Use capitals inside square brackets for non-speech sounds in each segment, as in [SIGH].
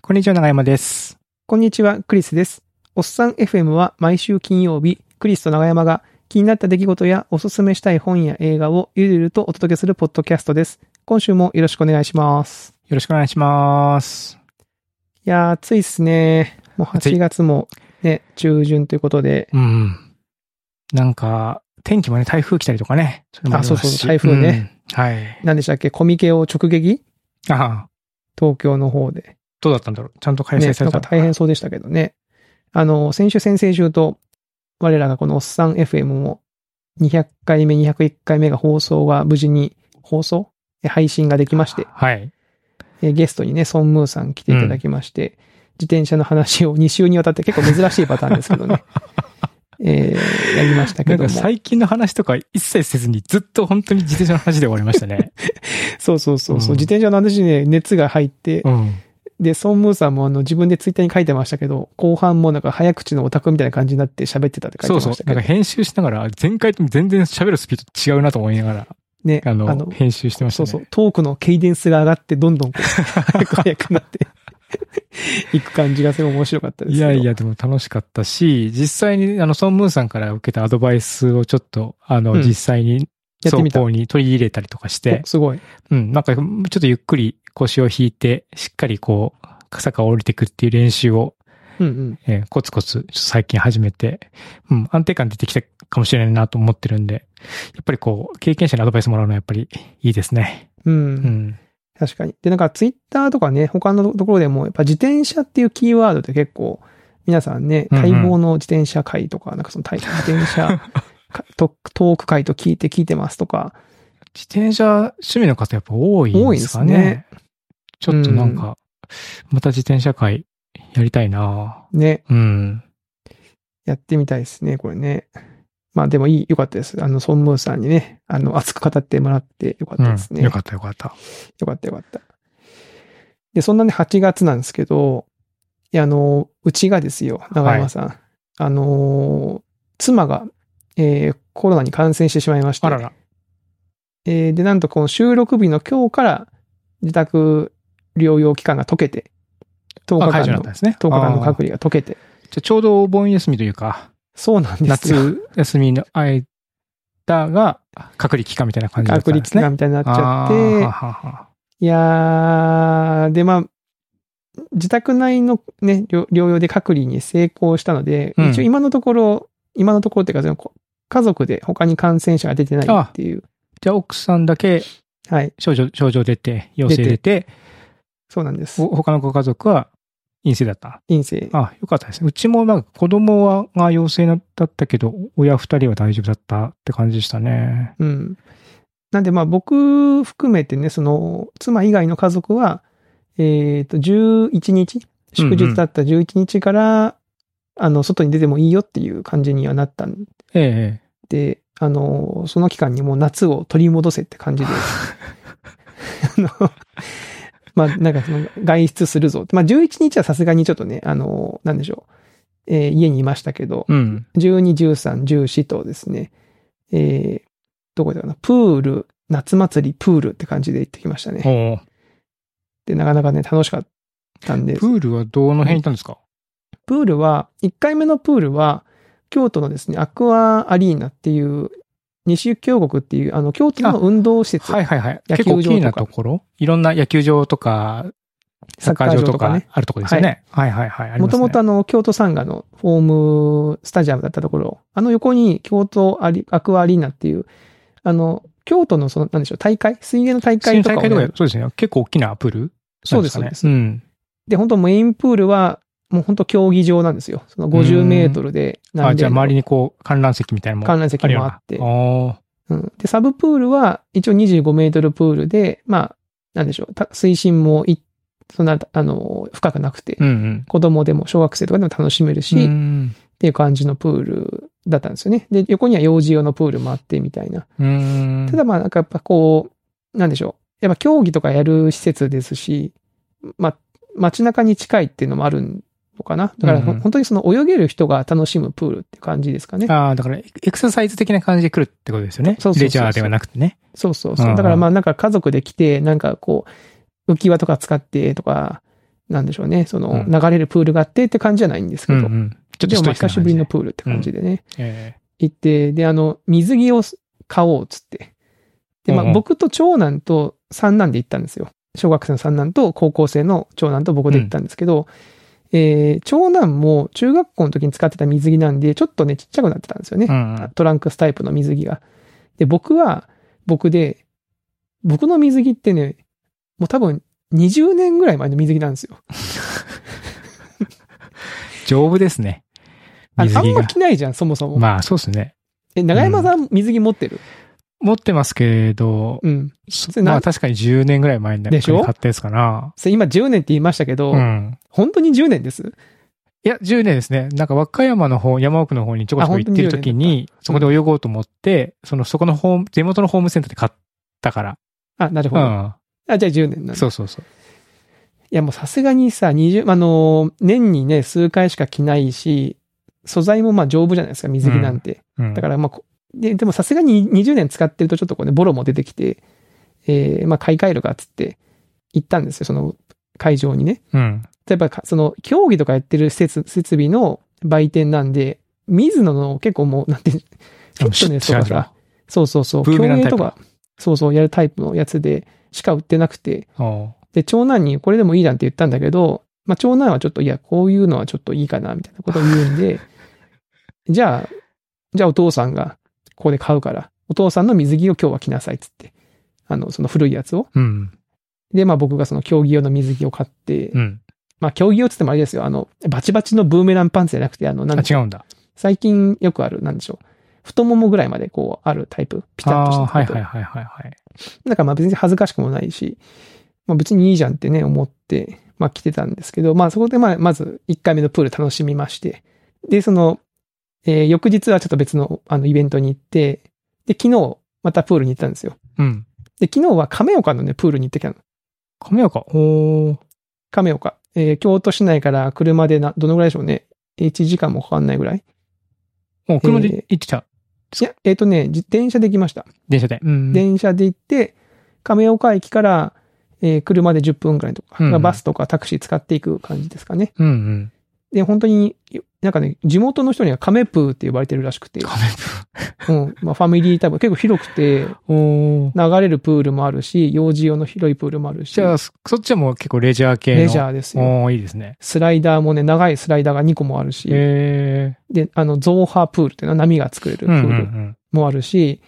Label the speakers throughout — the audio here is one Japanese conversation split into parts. Speaker 1: こんにちは、長山です。
Speaker 2: こんにちは、クリスです。おっさん FM は毎週金曜日、クリスと長山が気になった出来事やおすすめしたい本や映画をゆるゆるとお届けするポッドキャストです。今週もよろしくお願いします。
Speaker 1: よろしくお願いします。
Speaker 2: いやー、暑いっすね。もう
Speaker 1: 暑い
Speaker 2: 8月もね、中旬ということで。
Speaker 1: うん。なんか、天気もね、台風来たりとかね。それもりますし
Speaker 2: あそうそう台風ね。
Speaker 1: うんはい。
Speaker 2: 何でしたっけコミケを直撃
Speaker 1: ああ、
Speaker 2: 東京の方で。
Speaker 1: どうだったんだろう。ちゃんと開催
Speaker 2: ね、
Speaker 1: さ
Speaker 2: な
Speaker 1: れ
Speaker 2: ん
Speaker 1: た
Speaker 2: か
Speaker 1: んだ
Speaker 2: 大変そうでしたけどね。あの、先週、先々週と、我らがこのおっさん FM も、200回目、201回目が放送が無事に放送え配信ができまして、
Speaker 1: はい。
Speaker 2: えゲストにね、ソンムーさん来ていただきまして、自転車の話を2週にわたって結構珍しいパターンですけど
Speaker 1: [LAUGHS]
Speaker 2: ね、えーやりました
Speaker 1: な
Speaker 2: け
Speaker 1: ん
Speaker 2: ども
Speaker 1: か。最近の話とか一切せずにずっと本当に自転車の話で終わりました
Speaker 2: [LAUGHS]
Speaker 1: ね。
Speaker 2: そうそうそうそう、
Speaker 1: うん
Speaker 2: 自転車の話にね、熱が入って
Speaker 1: う、ん。
Speaker 2: で、ソンムーさんもあの自分でツイッターに書いてましたけど、後半もなんか早口のオタクみたいな感じになって喋ってたって書いて
Speaker 1: そう
Speaker 2: ま
Speaker 1: そう
Speaker 2: し。た
Speaker 1: な
Speaker 2: け
Speaker 1: んか。
Speaker 2: ど
Speaker 1: 編集しながら、前回と全然喋るスピード違うなと思いながら、
Speaker 2: ね、
Speaker 1: あの、編集してました
Speaker 2: そう
Speaker 1: ね。
Speaker 2: そう、トークのケイデンスが上がって、どんどんこう
Speaker 1: [LAUGHS]
Speaker 2: 早く早くなっていく感じがすごい面白かったです
Speaker 1: い
Speaker 2: けど
Speaker 1: やいや、でも楽しかったし、実際に、あの、ソンムーンさんから受けたアドバイスをちょっと、あの、
Speaker 2: うん
Speaker 1: 実際に、
Speaker 2: やってみた
Speaker 1: 双方に取り入れたりとかして
Speaker 2: お、すごい。
Speaker 1: うん、なんか、ちょっとゆっくり腰を引いて、しっかりこう、坂を降りていくっていう練習を、
Speaker 2: うんうん。
Speaker 1: えーコツコツ、最近始めて、うん、安定感出てきたかもしれないなと思ってるんで、やっぱりこう、経験者にアドバイスもらうのはやっぱりいいですね。
Speaker 2: うん。
Speaker 1: うん。
Speaker 2: 確かに。で、なんかツイッターとかね、他のところでも、やっぱ自転車っていうキーワードって結構、皆さんね、
Speaker 1: うんうん
Speaker 2: 待望の自転車会とか、なんかその対自転
Speaker 1: [LAUGHS]
Speaker 2: 車かトトーク会と聞いて聞いてますとか、
Speaker 1: 自転車趣味の方やっぱ多いんですかね。
Speaker 2: 多いですね
Speaker 1: ちょっとなんか、また自転車会やりたいな
Speaker 2: ね、
Speaker 1: うん。
Speaker 2: やってみたいですね、これね。まあでもいい、よかったです。あの、ソンムーさんにね、あの、熱く語ってもらってよかっ
Speaker 1: う
Speaker 2: た
Speaker 1: ん
Speaker 2: ですね。
Speaker 1: よかったよかった。
Speaker 2: よかったよかった。で、そんなね、8月なんですけど、いや、あの、うちがですよ、長山さん。あの、妻が、えーコロナに感染してしまいまして。
Speaker 1: あらら。
Speaker 2: えーで、なんとこの収録日の今日から自宅療養期間が解けて、10
Speaker 1: あ、
Speaker 2: 日
Speaker 1: 解除
Speaker 2: 間
Speaker 1: にな
Speaker 2: の、
Speaker 1: ったんですね。
Speaker 2: 10日間の
Speaker 1: あー
Speaker 2: 隔離が解けて、
Speaker 1: じゃあちょうどお盆休みというか、
Speaker 2: そうなんですよ。
Speaker 1: 夏休みの間が隔離期間みたいな感じだった
Speaker 2: 隔
Speaker 1: んで
Speaker 2: 離期
Speaker 1: すね。
Speaker 2: 間みたいになっちゃっ
Speaker 1: あー
Speaker 2: て
Speaker 1: は、ははい
Speaker 2: やー、で、まあ、自宅内のね、療療養で隔離に成功したので、
Speaker 1: うん
Speaker 2: 一応今のところ、今のところっていうかその、こ家族で他に感染者が出てないっていう。
Speaker 1: じゃあ奥さんだけ
Speaker 2: はい、
Speaker 1: 症状、症状出て、陽性出て、
Speaker 2: そうなんです。
Speaker 1: お他のご家族は陰性だった。
Speaker 2: 陰性。
Speaker 1: あ、よかったですね。うちもなんか子供はが陽性だったけど、親二人は大丈夫だったって感じでしたね。
Speaker 2: うん。なんで、まあ僕含めてね、その、妻以外の家族は、えっ、と、11日、祝日だった11日から、あの、外に出てもいいよっていう感じにはなったん
Speaker 1: え
Speaker 2: で、あの、その期間にもう夏を取り戻せって
Speaker 1: [LAUGHS]
Speaker 2: 感じで、あの、まあ、なんかその外出するぞ。まあ、11日はさすがにちょっとね、あの、なんでしょう。えー家にいましたけど
Speaker 1: え。、うん。
Speaker 2: 12、13、14とですね、えーどこだかな、プール、夏祭り、プールって感じで行ってきました
Speaker 1: お
Speaker 2: ね。
Speaker 1: ー
Speaker 2: で、なかなかね、楽しかったんで、
Speaker 1: プールはどの辺にいたんですか、
Speaker 2: プールは、1回目のプールは、京都のですね、アクアアリーナっていう、西京国っていう、あの、京都の運動施設、
Speaker 1: はいはいはい。
Speaker 2: 野球
Speaker 1: 結構大きいな
Speaker 2: 場と
Speaker 1: と
Speaker 2: か
Speaker 1: ころいろんな野球場とか、サッカー場とか
Speaker 2: ね。
Speaker 1: あるとこですよね。はい、はい、はいはい。
Speaker 2: もともと
Speaker 1: あ
Speaker 2: あの、京都サンガのフォームスタジアムだったところ、あの横に京都アリアクアアリーナっていう、あの、京都のその、なんでしょう、大会水泳の大
Speaker 1: り
Speaker 2: 会
Speaker 1: ます
Speaker 2: と
Speaker 1: ね
Speaker 2: かを
Speaker 1: 水泳大会と
Speaker 2: や
Speaker 1: か
Speaker 2: る、
Speaker 1: そうですね。結構大きなプールなん
Speaker 2: そうです、
Speaker 1: か
Speaker 2: そう
Speaker 1: ね
Speaker 2: です。
Speaker 1: うん。
Speaker 2: で、本当メインプールは、もう本当競技場なんですよ。その50メートルで、
Speaker 1: あ、じゃあ周り
Speaker 2: に
Speaker 1: にこう、観覧席みたいなのも
Speaker 2: 観覧席
Speaker 1: あるよう
Speaker 2: もあ
Speaker 1: な
Speaker 2: って。
Speaker 1: あ
Speaker 2: うん。で、サブプールは、一応25メートルプールで、まあ、なんでしょう、た水深もい、そんな、あの、深くなくて、
Speaker 1: ーうん
Speaker 2: 子供でも小学生とかでも楽しめる
Speaker 1: う
Speaker 2: し、っ
Speaker 1: ん。
Speaker 2: ていう感じのプールだったんですよね。で、横には幼児用のプールもあって、みたいな。
Speaker 1: うん。
Speaker 2: ただまあ、なんかやっぱこう、なんでしょう、やっぱ競技とかやる施設ですし、まあ、街中に近いっていうのもあるのかな。だから、
Speaker 1: うんうん
Speaker 2: 本当にその泳げる人が楽しむプールって感じですかね。
Speaker 1: ああ、だから、エクササイズ的な感じで来るってことですよね。
Speaker 2: そうそうそうそう
Speaker 1: レジャーではなくてね。
Speaker 2: そうそうそうう。
Speaker 1: んうん
Speaker 2: だからまあなんか家族で来て、なんかこう、浮き輪とか使ってとか、なんでしょうね、その、
Speaker 1: うん
Speaker 2: 流れるプールがあってって感じじゃないんですけ
Speaker 1: う
Speaker 2: ど、
Speaker 1: んうん。ちょっ
Speaker 2: で
Speaker 1: とス
Speaker 2: もま
Speaker 1: ト
Speaker 2: あ
Speaker 1: イック
Speaker 2: 久
Speaker 1: な感じ
Speaker 2: しぶりのプールって感じでね、
Speaker 1: え
Speaker 2: 行って、で、あの、水着を買おうっつって。で、ま
Speaker 1: うんう
Speaker 2: あ
Speaker 1: ん
Speaker 2: 僕と長男と三男で行ったんですよ。小学生の三男と高校生の長男と僕で行ったんですけど、えー長男も中学校の時に使ってた水着なんで、ちょっとね、ちっちゃくなってたんですよね
Speaker 1: え。うんうん。
Speaker 2: トランクスタイプの水着が。で、僕は、僕で、僕の水着ってね、もう多分20年ぐらい前の水着なんですよ。
Speaker 1: 丈夫ですね。
Speaker 2: あの
Speaker 1: 水
Speaker 2: あん
Speaker 1: 着
Speaker 2: ま
Speaker 1: が。
Speaker 2: 着ないじゃん、そもそも。
Speaker 1: まあ、そうですね。
Speaker 2: え、長山さん水着持ってる
Speaker 1: 持ってますけれど、
Speaker 2: うん。
Speaker 1: そ
Speaker 2: それな
Speaker 1: まあ確かに10年ぐらい前に
Speaker 2: でしょ
Speaker 1: 買ったやつかな。
Speaker 2: それ今10年って言いましたけど、
Speaker 1: うん。
Speaker 2: 本当に10年です。
Speaker 1: いや、10年ですね。なんか和歌山の方、山奥の方にちょこちょこ行ってる時に、そこで泳ごうと思って、その、そこのホーム、地元のホームセンターで買ったから。
Speaker 2: あ、なるほ
Speaker 1: う
Speaker 2: ど。
Speaker 1: ん。
Speaker 2: あ、じゃあ10年なんだ。
Speaker 1: そ
Speaker 2: いう
Speaker 1: そうそう。
Speaker 2: や、もうさすがにさ、20、あのー、年にね、数回しか着ないし、素材もまあ丈夫じゃないですか、水着なんて。
Speaker 1: うん。
Speaker 2: だからまあこ、で、でもさすがに20年使ってるとちょっとこうね、ボロも出てきて、えー、まあ買い替えるかっつって行ったんですよ、その会場にね。
Speaker 1: うん。
Speaker 2: 例えばか、その、競技とかやってる施設、設備の売店なんで、水野の結構もう、なんていう、フィットネスとか
Speaker 1: シュッてやる
Speaker 2: さ、そうそうそう、
Speaker 1: ブー
Speaker 2: 競
Speaker 1: メラン
Speaker 2: 泳
Speaker 1: タイプ
Speaker 2: とか、そうそう、やるタイプのやつで、しか売ってなくて、
Speaker 1: おう
Speaker 2: で、長男にこれでもいいじゃんって言ったんだけど、まあ、長男はちょっと、いや、こういうのはちょっといいかな、みたいなことを言うんで、 [LAUGHS] じゃあ、じゃあお父さんが、ここで買うから、お父さんの水着を今日は着なさい、つって。あの、その古いやつを。
Speaker 1: うん。
Speaker 2: で、まあ僕がその競技用の水着を買って、
Speaker 1: うん。
Speaker 2: まあ、競技用っつってもあれですよ。あの、バチバチのブーメランパンツじゃなくて、あの、なん
Speaker 1: あ、
Speaker 2: でし
Speaker 1: 違
Speaker 2: ょう
Speaker 1: うんだ。
Speaker 2: 最近よくある、なんでしょう。太ももぐらいまでこう、あるタイプ。ピタッとし
Speaker 1: あ
Speaker 2: た
Speaker 1: あー、は
Speaker 2: タイ
Speaker 1: い
Speaker 2: プ。
Speaker 1: はいはいはいはい。
Speaker 2: だからまあ別に恥ずかしくもないし、まあ別にいいじゃんってね、思って、まあ来てたんですけど、まあそこでまあ、まず1回目のプール楽しみまして、で、その、えー翌日はちょっと別のあのイベントに行って、で、昨日またプールに行ったんですよ。
Speaker 1: うん。
Speaker 2: で、昨日は亀岡のね、プールに行ってきたの。
Speaker 1: 亀岡。おー。
Speaker 2: 亀岡。えー京都市内から車でな、どのぐらいでしょうね。1時間もかかんないぐらい。
Speaker 1: もう車で
Speaker 2: えー
Speaker 1: 行ってきた。
Speaker 2: いや、えっ、とね、自転車で行きました。
Speaker 1: 電車で。うん。
Speaker 2: 電車で行って、亀岡駅から、えー車で10分くらいのとか、
Speaker 1: うんうん
Speaker 2: バスとかタクシー使っていく感じですかね。
Speaker 1: うんうん。
Speaker 2: で、本当に、なんかね、地元の人には亀プーって呼ばれてるらし
Speaker 1: [LAUGHS]
Speaker 2: くて、
Speaker 1: 亀
Speaker 2: うん、まあファミリータイプ、結構広くて、
Speaker 1: 岡。おー。
Speaker 2: 流れるプールもあるし、幼児用の広いプールもあるし、
Speaker 1: じゃあ、そそっちはもう結構レジャー系の。
Speaker 2: レジャーですよ。
Speaker 1: おー、いいですね。
Speaker 2: スライダーもね、長いスライダーが2個もあるし、
Speaker 1: へ
Speaker 2: で、あの、ゾーハープールっていうのは波が作れる
Speaker 1: え。
Speaker 2: プ
Speaker 1: うんうんう
Speaker 2: ール
Speaker 1: ん。
Speaker 2: もあるし、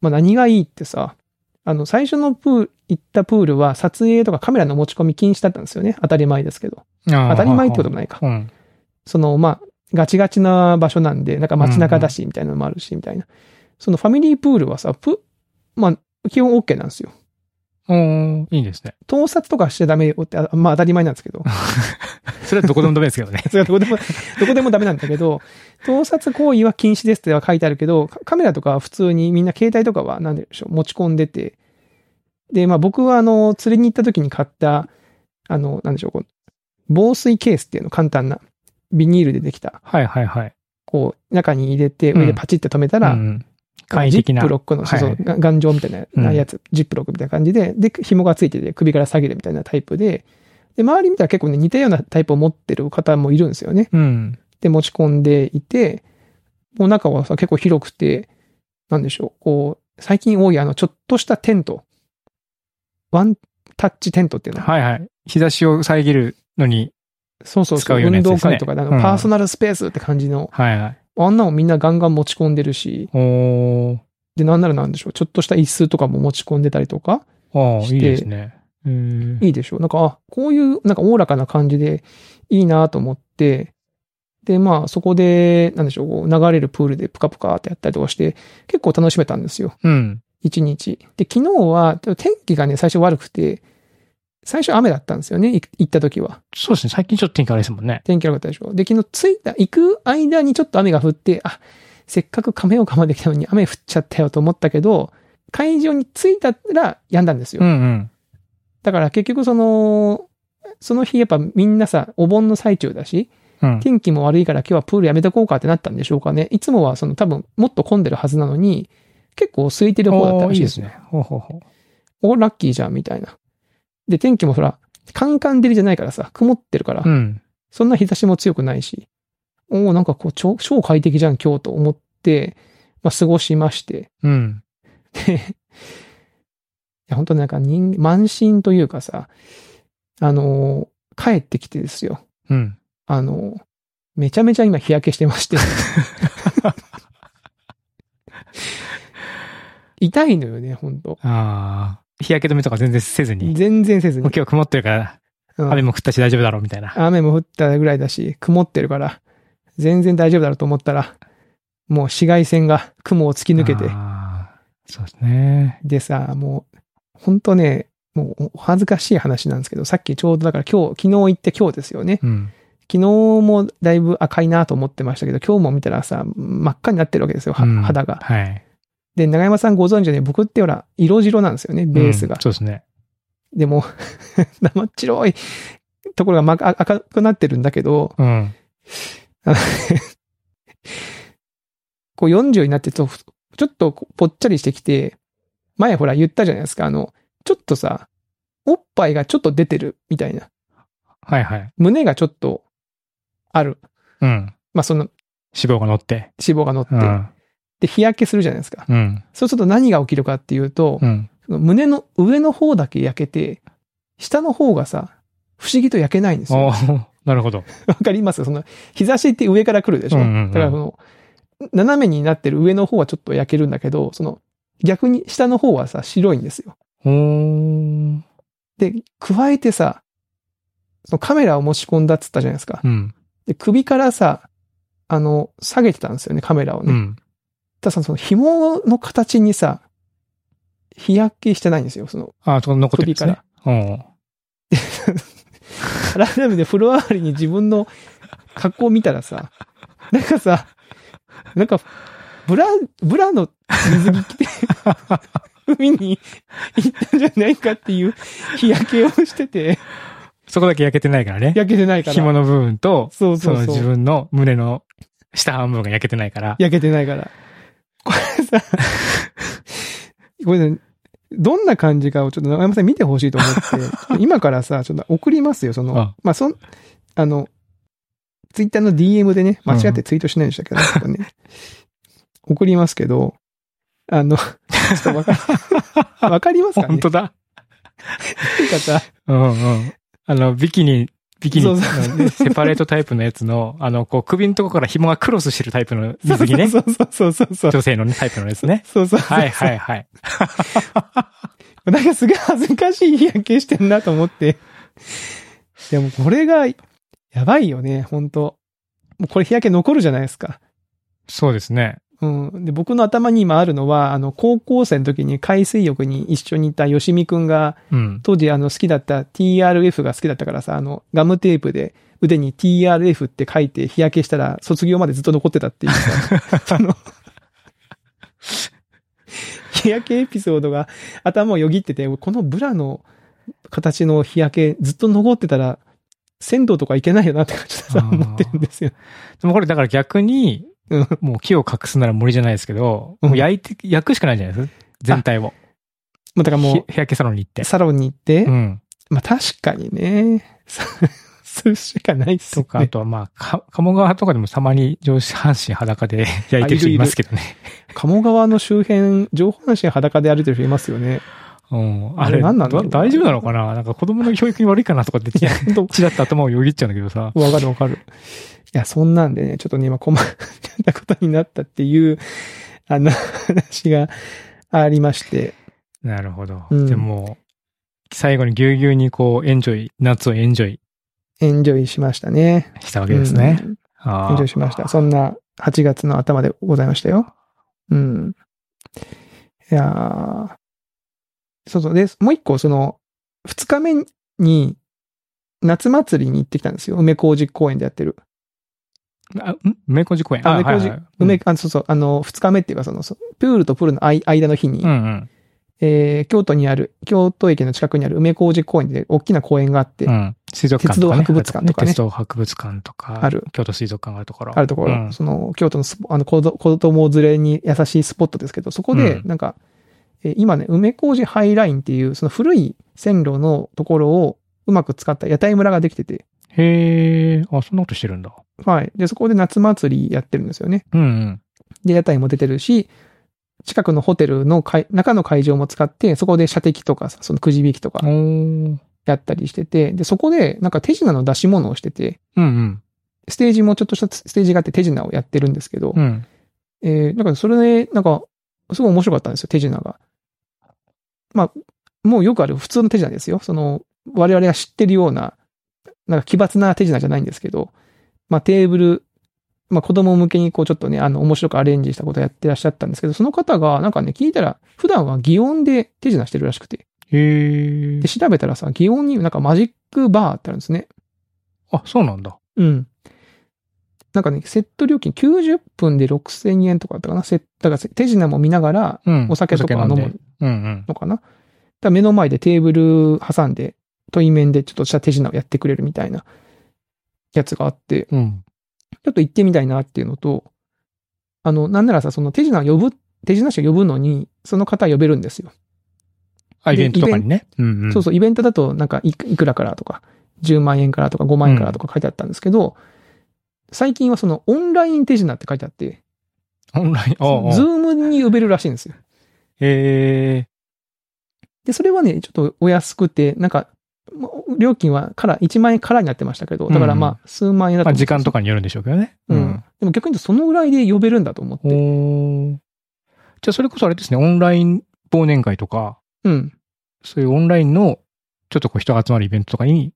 Speaker 2: まあ何がいいってさ、あの、最初のプール、行ったプールは撮影とかカメラの持ち込み禁止だったんですよね。当たり前ですけど。
Speaker 1: 当
Speaker 2: 当たり前ってこともないか。
Speaker 1: うん。
Speaker 2: その、まあ、ガチガチな場所なんで、なんか街中だし、みたいなのもあるし、みたいな。そのファミリープールはさ、プ、まあ、基本 OK なんですよ。
Speaker 1: おー、いいですね。
Speaker 2: 盗撮とかしちゃダメよって、あまあ当たり前なんですけど。
Speaker 1: それはどこでもダメですけどね。
Speaker 2: それはどこでも、どこでもダメなんだけど、盗撮行為は禁止ですっては書いてあるけど、カカメラとかは普通にみんな携帯とかは何でしょう、持ち込んでて。で、まあ僕はあの、釣りに行った時に買った、あの、なんでしょう、こう防水ケースっていうの簡単な、ビニールでできた、
Speaker 1: [LAUGHS] はいはいはい。
Speaker 2: こう、中に入れて、
Speaker 1: うん
Speaker 2: 上でパチって止めたら、
Speaker 1: うん、簡易
Speaker 2: ジ
Speaker 1: 的
Speaker 2: ッ
Speaker 1: な。
Speaker 2: プロックの、そうそう
Speaker 1: はい
Speaker 2: が頑丈みたいななやつ、ジップロックみたいな感じで、で、紐がついてて首から下げるみたいなタイプで、で、周り見たら結構ね、似たようなタイプを持ってる方もいるんですよね。
Speaker 1: うん。
Speaker 2: で持ち込んでいて、もう中はさ、結構広くて、なんでしょう、こう、最近多いあの、ちょっとしたテント。ワンタッチテントっていうの。
Speaker 1: はいはい。日差しを遮るのに、
Speaker 2: そうそう
Speaker 1: 使
Speaker 2: そう、
Speaker 1: うような
Speaker 2: 運
Speaker 1: やつです
Speaker 2: 動
Speaker 1: ね
Speaker 2: 会とかであの、
Speaker 1: うん
Speaker 2: パーソナルスペースって感じの、
Speaker 1: はいはい。
Speaker 2: あんなもんみんなガンガン持ち込んでるし、
Speaker 1: おー、
Speaker 2: で、なんならなんでしょう、ちょっとした椅子とかも持ち込んでたりとか、
Speaker 1: お
Speaker 2: して
Speaker 1: ーいいですね。うん
Speaker 2: いいでしょう。なんか、あ、こういう、なんかおおらかな感じでいいなと思って、で、まあ、そこで、なんでしょう、こう流れるプールでプカプカってやったりとかして、結構楽しめたんですよ。
Speaker 1: うん。
Speaker 2: 一日。で、昨日は、天気がね、最初悪くて、最初雨だったんですよね、い行った時は。
Speaker 1: そうですね。最近ちょっと天気悪いですもんね。
Speaker 2: 天気悪かったでしょ。で、昨日着いた、行く間にちょっと雨が降って、あ、せっかく亀岡まで来たのに雨降っちゃったよと思ったけど、会場に着いたら止んだんですよ。
Speaker 1: うんうん。
Speaker 2: だから結局その、その日やっぱみんなさ、お盆の最中だし、
Speaker 1: うん。
Speaker 2: 天気も悪いから今日はプールやめとこうかってなったんでしょうかね。いつもはその多分もっと混んでるはずなのに、結構空いてる方だった
Speaker 1: お
Speaker 2: ら
Speaker 1: ーい
Speaker 2: し
Speaker 1: い
Speaker 2: い
Speaker 1: で
Speaker 2: ですすね。
Speaker 1: ね。ほうほうほう。
Speaker 2: お、ラッキーじゃん、みたいな。で、天気もほら、カンカン照りじゃないからさ、曇ってるから、
Speaker 1: うん。
Speaker 2: そんな日差しも強くないし、おおなんかこう超、超快適じゃん、今日と思って、まあ、過ごしまして。
Speaker 1: うん。
Speaker 2: で、いや、本当なんか人、満身というかさ、あのー帰ってきてですよ。
Speaker 1: うん。
Speaker 2: あのーめちゃめちゃ今日焼けしてまして。
Speaker 1: [LAUGHS]
Speaker 2: 痛いのよね、本当
Speaker 1: ああ。日焼け止めとか全然せずに。
Speaker 2: 全然せず
Speaker 1: もう
Speaker 2: に。
Speaker 1: 今日曇ってるから、
Speaker 2: うん
Speaker 1: 雨も降ったし大丈夫だろうみたいな。
Speaker 2: 雨も降ったぐらいだし、曇ってるから、全然大丈夫だろうと思ったら、もう紫外線が雲を突き抜けて、
Speaker 1: あーそうですね。
Speaker 2: でさ、もう、ほんとね、もうお恥ずかしい話なんですけど、さっきちょうどだから今日、昨日行って今日ですよね。
Speaker 1: うん。
Speaker 2: 昨日もだいぶ赤いなと思ってましたけど、今日も見たらさ、真っ赤になってるわけですよ、は
Speaker 1: うん
Speaker 2: 肌が。
Speaker 1: はい。
Speaker 2: で、長山さんご存知のように、僕ってほら、色白なんですよね、ベース
Speaker 1: う
Speaker 2: が
Speaker 1: ん。そうですね。
Speaker 2: でも、 [LAUGHS] 生っ白いところが真っ赤赤くなってるんだけど、
Speaker 1: うん。
Speaker 2: こう40になってちょっと、ちょっとぽっちゃりしてきて、前ほら言ったじゃないですか、あの、ちょっとさ、おっぱいがちょっと出てるみたいな。
Speaker 1: はいはい。
Speaker 2: 胸がちょっとある。
Speaker 1: うん。
Speaker 2: まあ、その
Speaker 1: 脂肪が乗って。
Speaker 2: 脂肪が乗って、
Speaker 1: うん。
Speaker 2: で、日焼けするじゃないですか。
Speaker 1: うん。
Speaker 2: そうすると何が起きるかっていうと、
Speaker 1: うん。
Speaker 2: その胸の上の方だけ焼けて、下の方がさ、不思議と焼けないんですよ。
Speaker 1: お
Speaker 2: わ
Speaker 1: ー [LAUGHS] なるほど。
Speaker 2: かりますその、日差しって上から来るでしょ、
Speaker 1: うんうんうん
Speaker 2: だからその、斜めになってる上の方はちょっと焼けるんだけど、その、逆に下の方はさ、白いんですよ。
Speaker 1: おー
Speaker 2: で、加えてさ、そのカメラを持ち込んだっつったじゃないですか
Speaker 1: う。ん。
Speaker 2: で、首からさ、あの、下げてたんですよね、カメラを
Speaker 1: う
Speaker 2: ね。
Speaker 1: ん。
Speaker 2: ただその紐の形にさ、日焼けしてないんですよ。その、
Speaker 1: あ、そこ残ってるんですね。うん。
Speaker 2: 改めて風呂上がりに自分の格好を見たらさ、なんかさ、なんか、ブラ、ブラの水着着て、海に行ったんじゃないかっていう日焼けをしてて、
Speaker 1: そこだけ焼けてないからね。
Speaker 2: 焼けてないから。
Speaker 1: 紐の部分と、
Speaker 2: そう
Speaker 1: そ
Speaker 2: そう
Speaker 1: の
Speaker 2: そう
Speaker 1: 自。分の胸の下半分が焼けてないから。
Speaker 2: [LAUGHS] 焼けてないから。これさ、これね、どんな感じかをちょっと長山さん見てほしいと
Speaker 1: [LAUGHS]
Speaker 2: 思って、今からさ、ちょっと送りますよ、その、
Speaker 1: あ
Speaker 2: まあ、そん、あの、ツイッターの DM でね、間違ってツイートしないんでしたけど、ここね、送りますけど、あの、ちょっとわか
Speaker 1: [LAUGHS]
Speaker 2: り、わかりますかね
Speaker 1: 本当だ。
Speaker 2: 方
Speaker 1: うんうん。あの、ビキニ、ビキニ、
Speaker 2: そう
Speaker 1: あ
Speaker 2: そ
Speaker 1: の
Speaker 2: う
Speaker 1: ねセパレートタイプのやつの、あの、こう、首のとこから紐がクロスしてるタイプの水着ね。
Speaker 2: [LAUGHS] そうそうそうそうそう。
Speaker 1: 女性のね、タイプのやつね。
Speaker 2: そうそうそう。
Speaker 1: はいはいはい。
Speaker 2: なんかすごい恥ずかしい日焼けしてんなと思って。いやもうこれが、やばいよね、本当もうこれ日焼け残るじゃないですか。
Speaker 1: そうですね。
Speaker 2: うん。で、僕の頭に今あるのは、あの、高校生の時に海水浴に一緒にいたよしみくんが、
Speaker 1: うん。
Speaker 2: 当時あの好きだった TRF が好きだったからさ、あの、ガムテープで腕に TRF って書いて日焼けしたら卒業までずっと残ってたっていう
Speaker 1: [LAUGHS]
Speaker 2: さ、その、日焼けエピソードが頭をよぎってて、このブラの形の日焼けずっと残ってたら、銭湯とか行けないよなってちょっとさ
Speaker 1: あー
Speaker 2: 思ってるんですよ。
Speaker 1: でもこれだから逆に
Speaker 2: うん、
Speaker 1: もう木を隠すなら森じゃないですけど、
Speaker 2: うん
Speaker 1: もう焼いて、焼くしかないじゃないですか。全体を。
Speaker 2: まあ、だから
Speaker 1: も
Speaker 2: も
Speaker 1: う、日焼けサロンに行って
Speaker 2: う、。サロンに行って、
Speaker 1: うん。
Speaker 2: まあ確かにね、 [LAUGHS] さするしかないっす
Speaker 1: と
Speaker 2: よ
Speaker 1: か、あ
Speaker 2: ね。
Speaker 1: とはまあ、か鴨川とかでもたまに上半身裸で [LAUGHS] 焼いてる人いますけどね。
Speaker 2: 鴨川の周辺、上半身裸で歩いてる人いますよね。
Speaker 1: うん。あ
Speaker 2: あれ
Speaker 1: れ、
Speaker 2: 何なんだ
Speaker 1: だ
Speaker 2: ろう
Speaker 1: 大丈夫なのかななんか子供の教育に悪いかなとかって、
Speaker 2: いや、ほん
Speaker 1: [LAUGHS] チラッと頭をよぎっちゃうんだけどさ。
Speaker 2: とわかるわ
Speaker 1: [LAUGHS]
Speaker 2: かる。いや、そんなんでね、ちょっとね、今困ったことになったっていう、あの、話がありまして。
Speaker 1: なるほど。
Speaker 2: うん
Speaker 1: でも、最後にぎゅうぎゅうにこう、エンジョイ、夏をエンジョイ
Speaker 2: エンジョイしましたね。
Speaker 1: したわけですね。
Speaker 2: うん
Speaker 1: あー
Speaker 2: エンジョイしました。そんな8月の頭でございましたよ。うん。いやーそうそう。で、もう一個、その、2日目に、夏祭りに行ってきたんですよ。梅小路公園でやってる。
Speaker 1: あ、ん梅小路公園。
Speaker 2: あ、梅小
Speaker 1: はい
Speaker 2: 路
Speaker 1: はいはい、
Speaker 2: 梅、あ、そうそう、あの、二日目っていうか、その、そプールとプールのあい間の日に、
Speaker 1: うんうん
Speaker 2: えー、京都にある、京都駅の近くにある梅小路公園で大きな公園があって、
Speaker 1: うん。うん。水族館とか、ね。
Speaker 2: 鉄道博物館とかね
Speaker 1: 鉄道博物館とか。
Speaker 2: ある。
Speaker 1: 京都水族館があるところ。
Speaker 2: あるところ、
Speaker 1: うん
Speaker 2: その、京都のスポあの子ど子供連れに優しいスポットですけど、そこで
Speaker 1: う、ん
Speaker 2: なんか、えー今ね、梅小路ハイラインっていう、その古い線路のところを、うまく使った屋台村ができてて、
Speaker 1: へえ、あ、そんなことしてるんだ。
Speaker 2: はい。で、そこで夏祭りやってるんですよね。
Speaker 1: うんうん。
Speaker 2: で、屋台も出てるし、近くのホテルの会中の会場も使って、そこで射的とかさ、そのくじ引きとか
Speaker 1: おー
Speaker 2: やったりしてて、で、そこでなんか手品の出し物をしてて、
Speaker 1: うんうん。
Speaker 2: ステージもちょっとしたステージがあって手品をやってるんですけど、
Speaker 1: うん。
Speaker 2: えー、なんかそれで、なんか、すごい面白かったんですよ、手品が。まあ、もうよくある普通の手品ですよ。その、我々が知ってるような、なんか奇抜な手品じゃないんですけど、まあテーブル、まあ子供向けにこうちょっとね、あの、面白くアレンジしたことをやってらっしゃったんですけど、その方がなんかね、聞いたら、普段は擬音で手品してるらしくて。
Speaker 1: へえ
Speaker 2: で、。調べたらさ、擬音になんかマジックバーってあるんですね。
Speaker 1: あ、そうなんだ。
Speaker 2: うん。なんかね、セット料金90分で6000円とかだったかな。セットが手品も見ながら
Speaker 1: うん。
Speaker 2: お酒とか飲
Speaker 1: お酒飲ん
Speaker 2: む
Speaker 1: で。うんうん。
Speaker 2: のかな。だから目の前でテーブル挟んで、対面でちょっとした手品をやってくれるみたいなやつがあって、
Speaker 1: うん。
Speaker 2: ちょっと行ってみたいなっていうのと、あの、なんならさ、その手品を呼ぶ、手品師を呼ぶのに、その方呼べるんですよ。
Speaker 1: あ、イベントと
Speaker 2: で
Speaker 1: かにね。うんうん。
Speaker 2: そうそう、イベントだと、なんかいく、いくらからとか、10万円からとか5万円からとか書いてあったんですけど、最近はそのオンライン手品って書いてあって、
Speaker 1: オンライン。
Speaker 2: ズ
Speaker 1: ああああ。
Speaker 2: ームに呼べるらしいんですよ。
Speaker 1: へえ。
Speaker 2: で、それはね、ちょっとお安くて、なんか、もう料金はから、1万円からになってましたけど、だから
Speaker 1: うん
Speaker 2: まあ、数万円だと
Speaker 1: まあ
Speaker 2: 思うんです
Speaker 1: 時
Speaker 2: よ
Speaker 1: 間とかによるんでしょうけどね。
Speaker 2: うん。。でも逆に言うと、そのぐらいで呼べるんだと思っ
Speaker 1: お
Speaker 2: て。
Speaker 1: ーじゃあそれこそあれですね、オンライン忘年会とか、
Speaker 2: うん。
Speaker 1: そういうオンラインのちょっとこう人が集まるイベントとかに、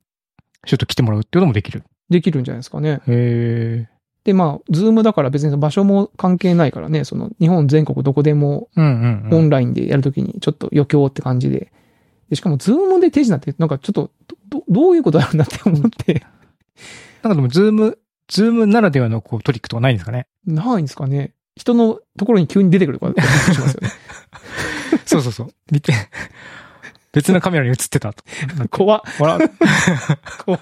Speaker 1: ちょっと来てもらうっていうのもできる。
Speaker 2: できるんじゃないですかね。
Speaker 1: へえ。
Speaker 2: で、まあ、ズームだから別に場所も関係ないからね、その、日本全国どこでも
Speaker 1: うんうん、
Speaker 2: オ
Speaker 1: うん。
Speaker 2: ンラインでやるときにちょっと余興って感じで。でしかも、ズームで手品って、なんかちょっと、ど、どういうことあるんだって思って、 [LAUGHS]
Speaker 1: なんかでもズーム、ズームならではのこうトリックとかないんですかね。
Speaker 2: ないんですかね。人のところに急に出てくるとか、びっ [LAUGHS] くりしますよね。
Speaker 1: [LAUGHS] そうそうそう。見て、別のカメラに映ってたと。
Speaker 2: 怖っ
Speaker 1: 笑
Speaker 2: 怖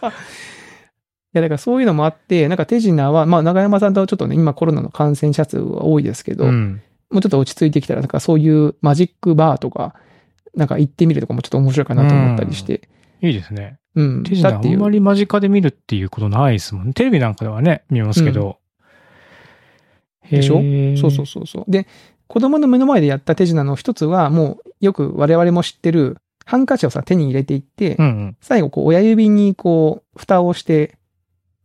Speaker 2: いや、だからそういうのもあって、なんか手品は、まあ長山さんとちょっとね、今コロナの感染者数は多いですけ
Speaker 1: う。
Speaker 2: ど、
Speaker 1: うん。
Speaker 2: もうちょっと落ち着いてきたら、なんかそういうマジックバーとか、なんか行ってみるとかもちょっと面白いかなと思ったりして。
Speaker 1: いいですね。
Speaker 2: うん。
Speaker 1: 手品
Speaker 2: だ
Speaker 1: あ
Speaker 2: って
Speaker 1: ん
Speaker 2: い
Speaker 1: ま
Speaker 2: う。
Speaker 1: り間近で見るっていうことないですもんね。テレビなんかではね、見ますけど。へ
Speaker 2: でしょ
Speaker 1: え
Speaker 2: そうそうそうそう。で、子供の目の前でやった手品の一つは、もうよく我々も知ってる、ハンカチをさ、手に入れていって、
Speaker 1: うんうん。
Speaker 2: 最後こう親指にこう、蓋をして、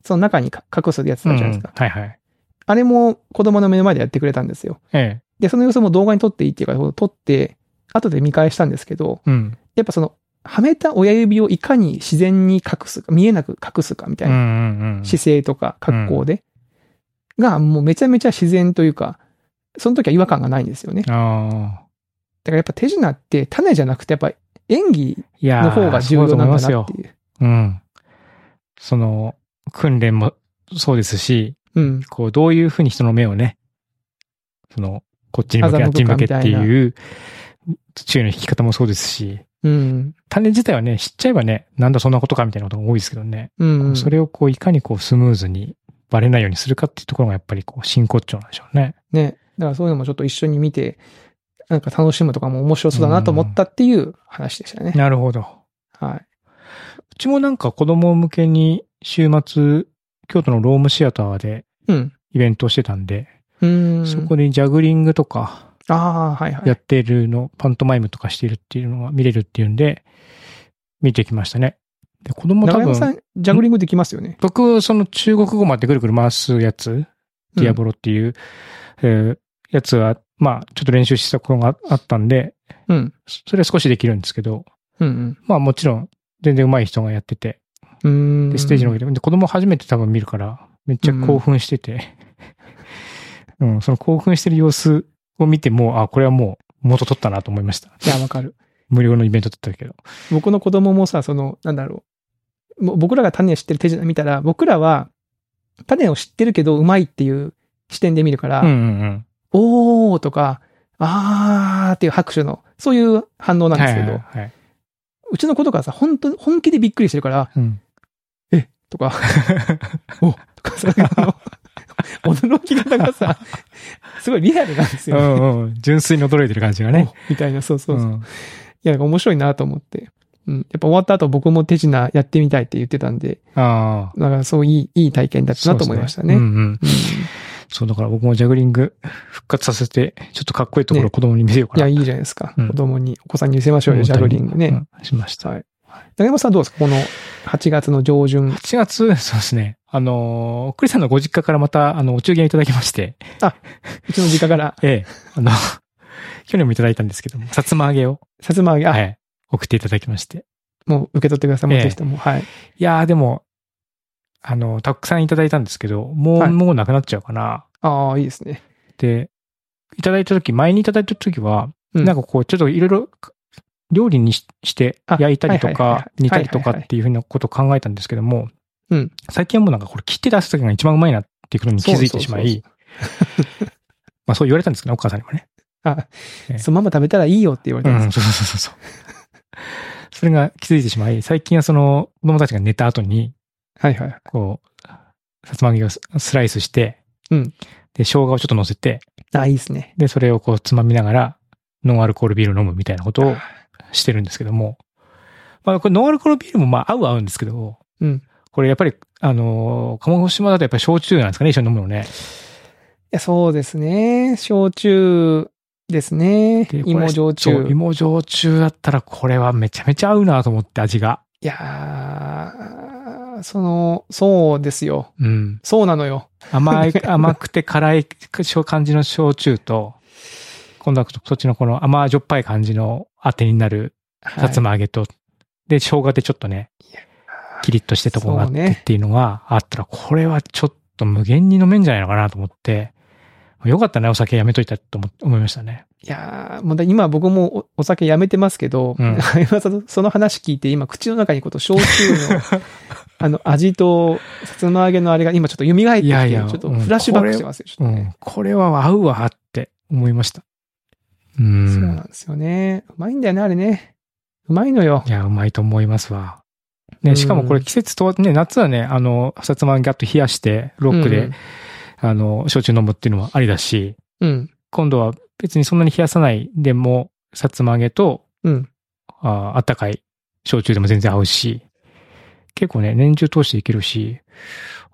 Speaker 2: その中に隠すやつあるじゃないですか。
Speaker 1: うんうんはいはい。
Speaker 2: あれも子供の目の前でやってくれたんですよ。
Speaker 1: ええ。
Speaker 2: で、その様子も動画に撮っていいっていうから、撮って、後で見返したんですけど、
Speaker 1: うん。
Speaker 2: やっぱその、はめた親指をいかに自然に隠すか、見えなく隠すかみた
Speaker 1: う
Speaker 2: い
Speaker 1: んう
Speaker 2: なん
Speaker 1: うん。
Speaker 2: 姿勢とか格好で、がもうめちゃめちゃ自然というか、その時は違和感がないんですよね。だ
Speaker 1: ああ。
Speaker 2: からやっぱ手品って種じゃなくて、やっぱ演技
Speaker 1: いやー
Speaker 2: の方が重要なんだなっていう。
Speaker 1: うん。その、訓練もそうですし、
Speaker 2: うん。
Speaker 1: こう、どういうふうに人の目をね、その、こっちに向け、あっちに
Speaker 2: 欺くか
Speaker 1: 向け
Speaker 2: み
Speaker 1: って
Speaker 2: たいな
Speaker 1: いう、注意の引き方もそうですし、
Speaker 2: うん。
Speaker 1: 種自体はね、知っちゃえばね、なんだそんなことかみたいなことが多いですけどね。
Speaker 2: うん。
Speaker 1: それをこう、いかにこう、スムーズにバレないようにするかっていうところがやっぱりこう、真骨頂なんでしょうね。
Speaker 2: ね。だからそういうのもちょっと一緒に見て、なんか楽しむとかも面白そうだなと思ったっていう話でしたね。
Speaker 1: なるほど。
Speaker 2: は
Speaker 1: うちもなんか子供向けに週末、京都のロームシアターで
Speaker 2: い。うん。
Speaker 1: イベントをしてたんで、
Speaker 2: うん。
Speaker 1: そこでジャグリングとか
Speaker 2: ああ、はいはい。
Speaker 1: やってるの、パントマイムとかしてるっていうのが見れるっていうんで、見てきましたね。で、子供多
Speaker 2: 中山さ
Speaker 1: 分、
Speaker 2: ん、ジャグリングできますよね。
Speaker 1: 僕、その中国語までぐるぐる回すやつ、ディアボロっていう、えーやつは、まあ、ちょっと練習したことがあったんで、
Speaker 2: うん。
Speaker 1: そそれは少しできるんですけど、
Speaker 2: うん。
Speaker 1: まあもちろん、全然上手い人がやってて、
Speaker 2: うん。
Speaker 1: で、ステージの
Speaker 2: 上
Speaker 1: 上で、で、子供初めて多分見るから、めっちゃ興奮してて、 [LAUGHS] うん、その興奮してる様子を見ても、あ、これはもう元取ったなと思いました。
Speaker 2: いや、わかる。
Speaker 1: 無料のイベントだったけど。
Speaker 2: 僕の子供もさ、その、なんだろう。もう僕らが種を知ってる手品見たら、僕らは、種を知ってるけどうまいっていう視点で見るから、
Speaker 1: うんうん
Speaker 2: おーとか、あーっていう拍手の、そういう反応
Speaker 1: う。
Speaker 2: なんんですけ
Speaker 1: はい
Speaker 2: ど、
Speaker 1: はいはい。
Speaker 2: うちの子とかさ、本当本気でびっくりしてるから、
Speaker 1: うん。[LAUGHS]
Speaker 2: とか、おとかさ、あの、驚き方がさ、すごいリアルなんです
Speaker 1: う
Speaker 2: よ、ね。
Speaker 1: [LAUGHS] んうん。純粋に驚いてる感じがね。
Speaker 2: おみたいな、そうそうそうう。
Speaker 1: ん
Speaker 2: いや、面白いなと思って。うん。やっぱ終わった後僕も手品やってみたいって言ってたんで、
Speaker 1: ああ。
Speaker 2: だからそういい、いい体験だったなと思いましたね。
Speaker 1: そううです
Speaker 2: ん
Speaker 1: うんうん。そう、だから僕もジャグリング復活させて、ちょっとかっこいいところを子供に見せようか
Speaker 2: いや、
Speaker 1: な。
Speaker 2: いいじゃないですか。
Speaker 1: うん
Speaker 2: 子供に、お子さんに見せましょう
Speaker 1: 思
Speaker 2: よ、
Speaker 1: っ
Speaker 2: ジ
Speaker 1: た
Speaker 2: ャ
Speaker 1: り
Speaker 2: グ
Speaker 1: も
Speaker 2: リングね。
Speaker 1: うんしました。
Speaker 2: はい竹山さんどうですかこの8月の上旬。
Speaker 1: 8月、そうですね。あのー、クリさんのご実家からまた、あの、お中元いただきまして、
Speaker 2: うちの実家から、
Speaker 1: ええ、あの、 [LAUGHS] 去年もいただいたんですけども、さつま揚げを、
Speaker 2: さつま揚げ、あ、
Speaker 1: はい、送っていただきまして。
Speaker 2: もう受け取ってください。もうぜひとも。はい。
Speaker 1: いやー、でも、あの、たくさんいただいたんですけど、もう、
Speaker 2: はい
Speaker 1: もうなくなっちゃうかな。
Speaker 2: ああ、いいですね。
Speaker 1: で、いただいた時前にいただいた時は、
Speaker 2: うん
Speaker 1: なんかこう、ちょっといろいろ、料理にしして
Speaker 2: あ
Speaker 1: 焼いたりと
Speaker 2: はいはいはいは
Speaker 1: か
Speaker 2: い
Speaker 1: 煮たりとか
Speaker 2: はいはいはい
Speaker 1: っていうふうなことを考えたんですけども、
Speaker 2: うん
Speaker 1: 最近はもうなんかこれ切って出す時が一番うまいなっていうことに気づいてしま
Speaker 2: そうそう [LAUGHS]
Speaker 1: い、まあそう言われたんですけどね、お母さんにもね。
Speaker 2: あ
Speaker 1: え、え
Speaker 2: そのまま食べたらいいよって言われ
Speaker 1: う
Speaker 2: たん
Speaker 1: ん、
Speaker 2: で
Speaker 1: そう
Speaker 2: す。
Speaker 1: そうそうそう。それが気づいてしまい、最近はその子供たちが寝た後に、
Speaker 2: はいはい。
Speaker 1: こう、さつま揚げをススライスして、
Speaker 2: うん
Speaker 1: で、生姜をちょっと乗せて、
Speaker 2: あ、いいですね。
Speaker 1: で、それをこうつまみながら、ノンアルコールビール飲むみたいなことをしてるんですけども、まあ、これノンアルコールビールもまあ合うは合うんですけど、
Speaker 2: うん。
Speaker 1: これやっぱり、あのー、鴨島だとやっぱり焼酎なんですかね、一緒に飲むのね。
Speaker 2: いや、そうですね。焼酎ですね。
Speaker 1: でこれ
Speaker 2: 芋焼
Speaker 1: そう
Speaker 2: 酎。
Speaker 1: 芋焼酎だったらこれはめちゃめちゃ合うなと思って味が。
Speaker 2: いやーその、そうですよ。
Speaker 1: うん。
Speaker 2: そうなのよ。
Speaker 1: 甘
Speaker 2: [LAUGHS]
Speaker 1: い、甘くて辛い感じの焼酎と、今度はそっちのこの甘じょっぱい感じの当てになる
Speaker 2: はい
Speaker 1: さつま揚げと、で、生姜でちょっとね、キリッとしてとこがあっ
Speaker 2: そう
Speaker 1: て
Speaker 2: ね
Speaker 1: っていうのがあったら、これはちょっと無限に飲めんじゃないのかなと思って、よかったね、お酒やめといたと思思いましたね。
Speaker 2: いやーもうだ今僕もおお酒やめてますけど、
Speaker 1: うん
Speaker 2: [LAUGHS] 今そのその話聞いて今口の中にこの焼酎
Speaker 1: [LAUGHS]
Speaker 2: のあの味とさつま揚げのあれが今ちょっと蘇って
Speaker 1: い
Speaker 2: き
Speaker 1: やい
Speaker 2: て、ち
Speaker 1: や
Speaker 2: ょっとフラッシュバックしてますよ。ちょ
Speaker 1: う
Speaker 2: っとね
Speaker 1: ん。これは合うわって思いました。う
Speaker 2: そうな
Speaker 1: ん。
Speaker 2: んですよね。うまいんだよね、あれね。うまいのよ
Speaker 1: い。や、うまいと思いますわ。
Speaker 2: う
Speaker 1: ね、
Speaker 2: ん
Speaker 1: しかもこれ季節と、ね、夏はね、あの、さつま揚げガッと冷やして、ロックで、
Speaker 2: うん
Speaker 1: あの、焼酎飲むっていうのもありだし、
Speaker 2: うん。
Speaker 1: 今度は別にそんなに冷やさないでも、さつま揚げと、
Speaker 2: うん
Speaker 1: あーあったかい焼酎でも全然合うし、結構ね、年中通していけるし、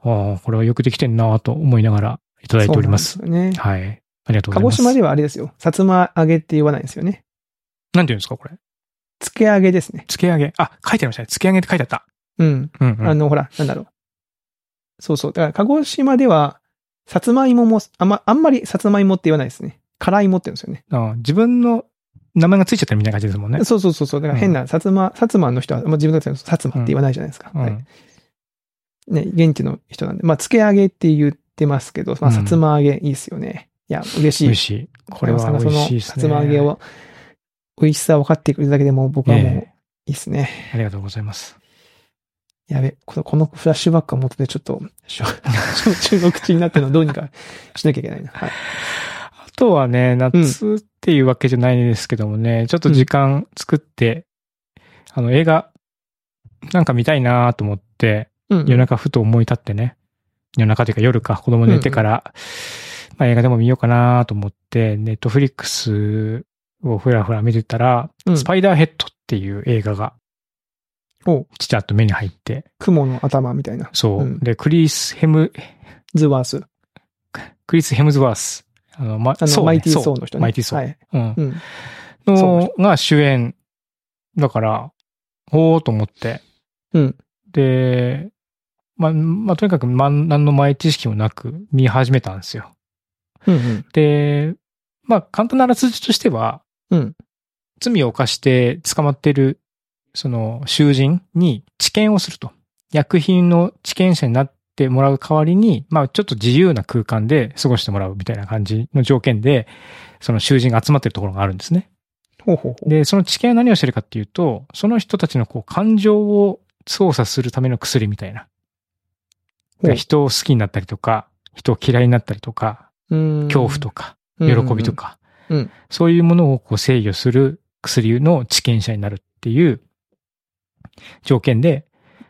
Speaker 1: ああ、これはよくできてんなぁと思いながらいただいております。
Speaker 2: そうなんですよね。
Speaker 1: はい。ありがとうございま
Speaker 2: 鹿児
Speaker 1: す。
Speaker 2: 島ではあれですよ。さつま揚げって言わないんですよね。
Speaker 1: なんて言うんですか、これ。
Speaker 2: 漬け揚げですね。
Speaker 1: 漬け揚げ。あ、書いてありましたね。漬け揚げって書いてあった。
Speaker 2: うん。
Speaker 1: うん、
Speaker 2: あ
Speaker 1: うん。
Speaker 2: の、ほら、なんだろう。そうそう。だから、鹿児島では、さつまいもも、あんま、あんまりさつまいもって言わないですね。辛いもって言うんですよね。
Speaker 1: あー自分の名前がついちゃったみたいな感じですもんね。
Speaker 2: そうそうそうそう。だから変な、さつま、さつまの人は、まあ、自分たちのさつまって言わないじゃないですか。
Speaker 1: うん
Speaker 2: はいね、現地の人なんで。まあ、漬け揚げって言ってますけど、まあ、
Speaker 1: うん
Speaker 2: さつま揚げいいっすよね。いや、嬉しい。
Speaker 1: 美味しい。これは美味しいですね。
Speaker 2: さつま揚げを、美味しさを分かってくれるだけでもう僕はもう、
Speaker 1: え
Speaker 2: いいっすね。
Speaker 1: ありがとうございます。
Speaker 2: やべ、この、このフラッシュバックを持ってちょっと、しょ [LAUGHS] 中国地になってるのどうにかしなきゃいけないな。はい。
Speaker 1: あとはね、夏っていうわけじゃないですけどもね、ちょっと時間作って、あの映画なんか見たいなと思って、
Speaker 2: うん。
Speaker 1: 夜中ふと思い立ってね、夜中というか夜か、子供寝てから、まあ映画でも見ようかなと思って、ネットフリックスをふらふら見てたら、
Speaker 2: うん
Speaker 1: スパイダーヘッドっていう映画が、
Speaker 2: お
Speaker 1: ちちゃっと目に入って、
Speaker 2: 雲の頭みたいな。
Speaker 1: そう。
Speaker 2: うん
Speaker 1: で、クリス・ヘム、
Speaker 2: ズワース。
Speaker 1: クリス・ヘムズワース。あの、ま、
Speaker 2: あの、
Speaker 1: そうね
Speaker 2: マイティー・ソ
Speaker 1: そ
Speaker 2: ー
Speaker 1: う
Speaker 2: の人ね。
Speaker 1: マイティー・ソー。
Speaker 2: はい。
Speaker 1: うん
Speaker 2: う。ん。
Speaker 1: のが主演だから、おーと思って。
Speaker 2: うん。
Speaker 1: で、まあ、まあ、とにかく、まあ、何の前知識もなく見始めたんですよ。
Speaker 2: うんうん。
Speaker 1: で、まあ、簡単なあらすじとしては、
Speaker 2: うん
Speaker 1: 罪を犯して捕まってる、その、囚人に治験をすると。薬品の治験者になってもらう代わりに、まあ、ちょっと自由な空間で過ごしてもらうみたいな感じの条件で、その囚人が集まってるところがあるんですね。
Speaker 2: ほうほうほう。
Speaker 1: で、その治験は何をしてるかっていうと、その人たちのこう感情を操作するための薬みたいな。だから人を好きになったりとか、人を嫌いになったりとか、恐
Speaker 2: 恐
Speaker 1: 怖とか、
Speaker 2: 喜
Speaker 1: 喜びと。か
Speaker 2: うんうん、
Speaker 1: そういうものをこう制御する薬の治験者になるっていう条件で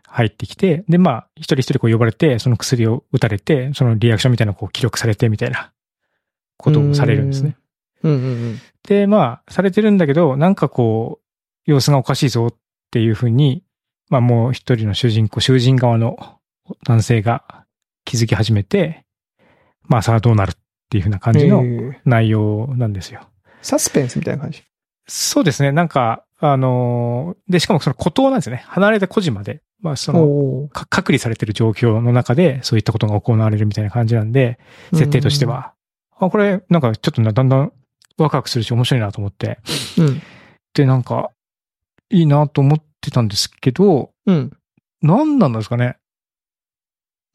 Speaker 1: 入ってきて、で、まあ、一人一人こう呼ばれて、その薬を打たれて、そのリアクションみたいなのをこう記録されてみたいなことをされるんですね。
Speaker 2: うんうんうん。
Speaker 1: で、まあ、されてるんだけど、なんかこう、様子がおかしいぞっっていうふうに、まあもう一人の主人公、囚人側の男性が気づき始めて、まあさあどうなるっていうふうな感じの
Speaker 2: えー
Speaker 1: 内容なんですよ。
Speaker 2: サスペンスみたいな感じ。
Speaker 1: そうですね。なんか、あのーで、しかもその孤島なんですよね。離れた孤児まで。まあその、
Speaker 2: おー
Speaker 1: か隔離されてる状況の中で、そういったことが行われるみたいな感じなんで、設定として。は。あ、これ、なんかちょっとなだんだんワクワクするし面白いなと思って。
Speaker 2: うん。
Speaker 1: で、なんか、いいなと思ってたんですけど、
Speaker 2: うん。
Speaker 1: 何なんですかね。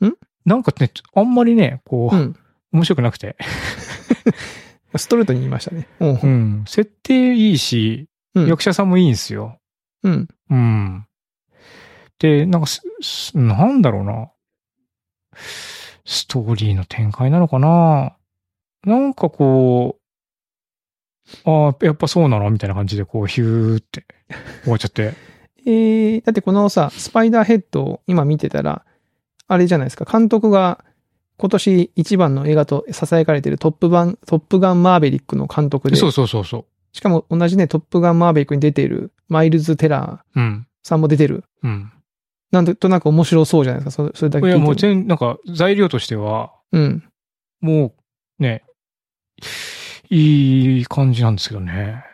Speaker 2: ん
Speaker 1: なんかね、あんまりね、こう、
Speaker 2: うん。
Speaker 1: 面白くなくて。
Speaker 2: ストレートに言いましたね。お
Speaker 1: う
Speaker 2: ー
Speaker 1: ん。設定いいし、
Speaker 2: うん
Speaker 1: 役者さんもいいんですよ。
Speaker 2: うん。
Speaker 1: うん。で、なんかす、すなんだろうな。ストーリーの展開なのかななんかこう、ああ、やっぱそうなのみたいな感じで、こう、ヒューって終わっちゃって。
Speaker 2: えー、だってこのさ、スパイダーヘッドを今見てたら、あれじゃないですか、監督が今年一番の映画と囁かれてるトップガン、トップガンマーベリックの監督で、
Speaker 1: そうそうそうそ
Speaker 2: しかも同じね、トップガンマーベリックに出ているマイルズ・テラー
Speaker 1: う。うん。
Speaker 2: さんも出てる。
Speaker 1: うん。
Speaker 2: なんとなく面白そうじゃないですか、そそれだ
Speaker 1: い
Speaker 2: け聞い
Speaker 1: や、
Speaker 2: ても
Speaker 1: もう全、なんか、材料としては、
Speaker 2: うん。
Speaker 1: もう、ね、いい感じなんですけどね。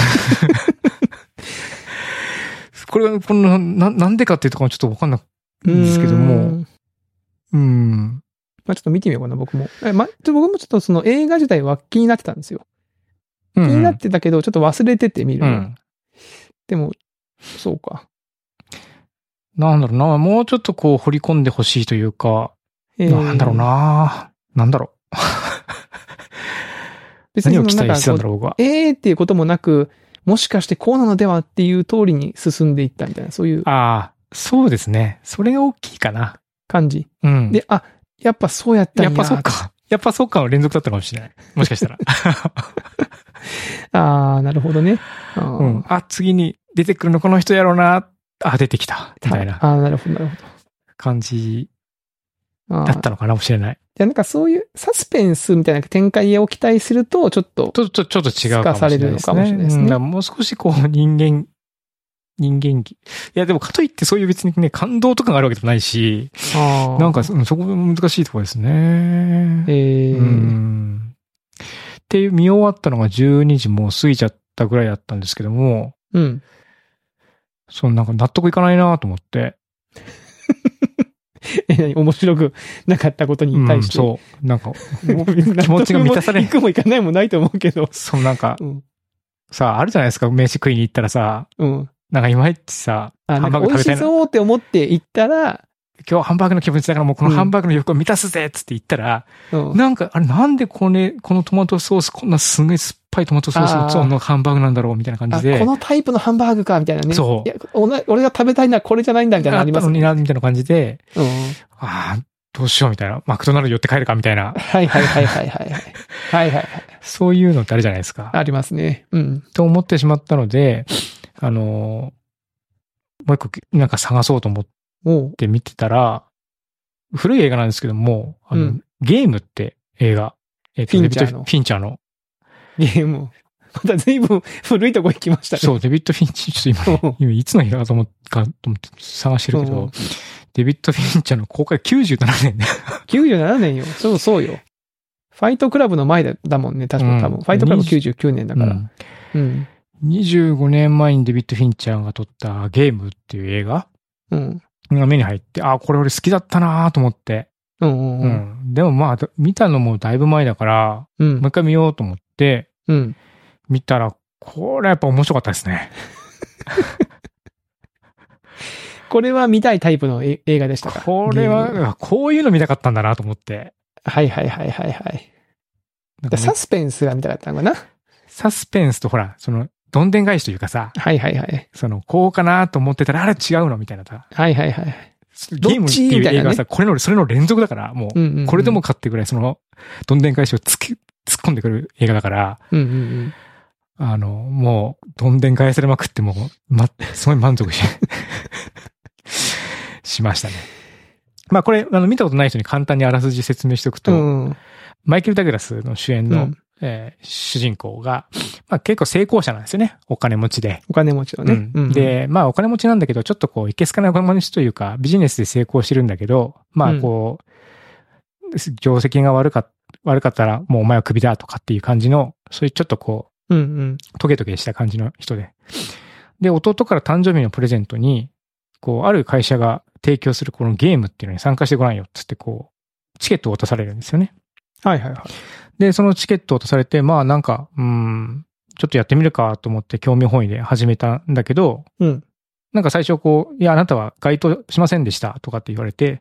Speaker 1: [LAUGHS] これが、この、な、なんでかっていうところはちょっとわかんな
Speaker 2: う
Speaker 1: いんですけど
Speaker 2: ー
Speaker 1: も、
Speaker 2: ん。
Speaker 1: うん。
Speaker 2: まあちょっと見てみようかな、僕も。えま、ちょっと僕もちょっとその映画自体は気になってたんですよ。
Speaker 1: 気
Speaker 2: 気になってたけど、ちょっと忘れてて見る
Speaker 1: う
Speaker 2: の、
Speaker 1: ん。
Speaker 2: でも、そうか。
Speaker 1: なんだろうな、もうちょっとこう掘り込んでほしいというか、
Speaker 2: えー
Speaker 1: なんだろう。な、なんだろう。
Speaker 2: 別に
Speaker 1: 何
Speaker 2: そ
Speaker 1: を
Speaker 2: の
Speaker 1: 期
Speaker 2: なん
Speaker 1: 待
Speaker 2: か
Speaker 1: してたんだ
Speaker 2: こ
Speaker 1: ろう、僕は
Speaker 2: う、。えーっていうこともなく、もしかしてこうなのではっていう通りに進んでいったみたいな、そういう
Speaker 1: ああ、そうですね。それが大きいかな。
Speaker 2: 感じ。
Speaker 1: うん。
Speaker 2: で、あ、やっぱそうやったん
Speaker 1: や
Speaker 2: や。
Speaker 1: っぱそう。か。やっぱそうかの連続だったのかもしれない。もしかしたら。
Speaker 2: あー、なるほどね。あー
Speaker 1: うん。あ、次に出てくるのこの人やろうな。あ、出てきた。みたいな
Speaker 2: あー、なるほど、なるほ
Speaker 1: 感じ
Speaker 2: ど。あー
Speaker 1: だったのかなもしれない。
Speaker 2: いや、なんかそういうサスペンスみたいな展開を期待すると、ちょっと、
Speaker 1: ちょっと、ちょっと違うかもしれないです
Speaker 2: 透かされるのかもしれ
Speaker 1: ね。
Speaker 2: ないです
Speaker 1: う
Speaker 2: ね
Speaker 1: んだからもう少しこう人間、人間気。いや、でもかといってそういう別にね、感動とかがあるわけでもないし、
Speaker 2: あー
Speaker 1: なんか、そうんそこが難しいところですね。
Speaker 2: えー
Speaker 1: うん。っていう見終わったのが12時もう過ぎちゃったぐらいだったんですけども、
Speaker 2: うん。 [LAUGHS]
Speaker 1: そのなんか納得いかないなと思って。
Speaker 2: え、何面白くなかったことに
Speaker 1: うん、
Speaker 2: 対 [LAUGHS] して。
Speaker 1: そう。なんか、
Speaker 2: 気
Speaker 1: 気持ちが満たされ
Speaker 2: いくもいかないもないと思うけど。
Speaker 1: そのなんか
Speaker 2: う、ん。
Speaker 1: さ、あるじゃないですか、飯食いに行ったらさ、
Speaker 2: うん。
Speaker 1: なんかいまいちさ、
Speaker 2: あ、
Speaker 1: ハ
Speaker 2: な
Speaker 1: ン
Speaker 2: ん
Speaker 1: バ
Speaker 2: か
Speaker 1: ーグ
Speaker 2: 美
Speaker 1: 食べ
Speaker 2: 味
Speaker 1: た
Speaker 2: し
Speaker 1: いな。
Speaker 2: そうって思って行ったら、
Speaker 1: 今日ハンバーグの気分ちだからもうこのハンバーグの欲を満たすぜっつって言ったら、
Speaker 2: うん。
Speaker 1: なんか、あれなんでこれ、このトマトソース、こんなすんごい酸っぱいトマトソースの
Speaker 2: あー
Speaker 1: そのハンバーグなんだろうみたいな感
Speaker 2: あ
Speaker 1: じで。
Speaker 2: このタイプのハンバーグか、みたいなね。
Speaker 1: そう
Speaker 2: いや、おな俺が食べたいのはこれじゃないんだ、みたいな
Speaker 1: あ
Speaker 2: のあ
Speaker 1: っ
Speaker 2: り
Speaker 1: た
Speaker 2: ます
Speaker 1: のに
Speaker 2: ね。
Speaker 1: な、みたいな感じで、
Speaker 2: うん。
Speaker 1: ああ、どうしようみたいな。マクドナルド寄って帰るかみたいな。
Speaker 2: はいはいはいはいはい。はいはいはい。
Speaker 1: そういうのってあるじゃないですか。
Speaker 2: ありますね。うん。
Speaker 1: と思ってしまったので、あのーもう一個なんか探そうと思っ
Speaker 2: おう
Speaker 1: て見てたら、古い映画なんですけども、あの、
Speaker 2: うん
Speaker 1: ゲームって映画。えっと
Speaker 2: フィンチャーの
Speaker 1: デビッドフィンチャーの。
Speaker 2: ゲームを。また随分古いとこ行きましたね。
Speaker 1: そう、デビッド・フィンチ、ちょっと今、ね、今いつの映画かと思っかと思って探してるけど、
Speaker 2: うん
Speaker 1: デビッド・フィンチャーの公開97年だ。
Speaker 2: 97年よ。そうそうよ。ファイトクラブの前だだもんね、確か
Speaker 1: うん
Speaker 2: 多分。ファイトクラブ99年だから。うん。うん。
Speaker 1: 25年前にデビッド・フィンチャーが撮ったゲームっていう映画
Speaker 2: うん。
Speaker 1: が目に入って、あ、これ俺好きだったなと思って。
Speaker 2: うん。う。
Speaker 1: うんんでもまあ、ど見たのもだいぶ前だから、
Speaker 2: う
Speaker 1: もうん一。回見ようと思って、
Speaker 2: うん。
Speaker 1: 見たら、これやっぱ面白かったですね。
Speaker 2: これは見たいタイプのえ映画でしたか
Speaker 1: これ
Speaker 2: ゲーム
Speaker 1: は、こういうの見たかったんだなと思って。
Speaker 2: はいはいはいはいはい。
Speaker 1: なんかね
Speaker 2: だからサスペンスが見たかったのかな
Speaker 1: サスペンスとほら、その、どんでん返しというかさ、
Speaker 2: はいはいはい。
Speaker 1: その、こうかなと思ってたら、あれ違うのみたいなさ。
Speaker 2: はいはいはい。
Speaker 1: ゲームっていう映画はさ、これの、それの連続だから、も
Speaker 2: うんうんう
Speaker 1: う、
Speaker 2: ん
Speaker 1: これでも、かってぐらい、その、どんでん返しを突き、突っ込んでくる映画だから、
Speaker 2: うんうんうん。
Speaker 1: あの、もう、どんでん返されまくって、もう、ま、すごい満足し、 [LAUGHS] しましたね。まあこれ、あの、見たことない人に簡単にあらすじ説明しておくと、
Speaker 2: うん。
Speaker 1: マイケル・ダグラスの主演
Speaker 2: う
Speaker 1: の
Speaker 2: ん
Speaker 1: えー主人公が、まあ結構成功者なんですよね。お金持ちで。
Speaker 2: お金持ちのね。
Speaker 1: うんで、まあお金持ちなんだけど、ちょっとこう、いけすかないお金持ちというか、ビジネスで成功してるんだけど、まあこう、業績が悪かっ悪かったら、もうお前はクビだとかっていう感じの、そういうちょっとこ
Speaker 2: うんうん。
Speaker 1: う、トゲトゲした感じの人で。で、弟から誕生日のプレゼントに、こう、ある会社が提供するこのゲームっていうのに参加してごらんよ、つってこう、チケットを渡されるんですよね。
Speaker 2: はいはいはい。
Speaker 1: で、そのチケットを渡されて、まあなんか、うん、ちょっとやってみるかと思って興味本位で始めたんだけど、
Speaker 2: うん。
Speaker 1: なんか最初こう、いや、あなたは該当しませんでしたとかって言われて、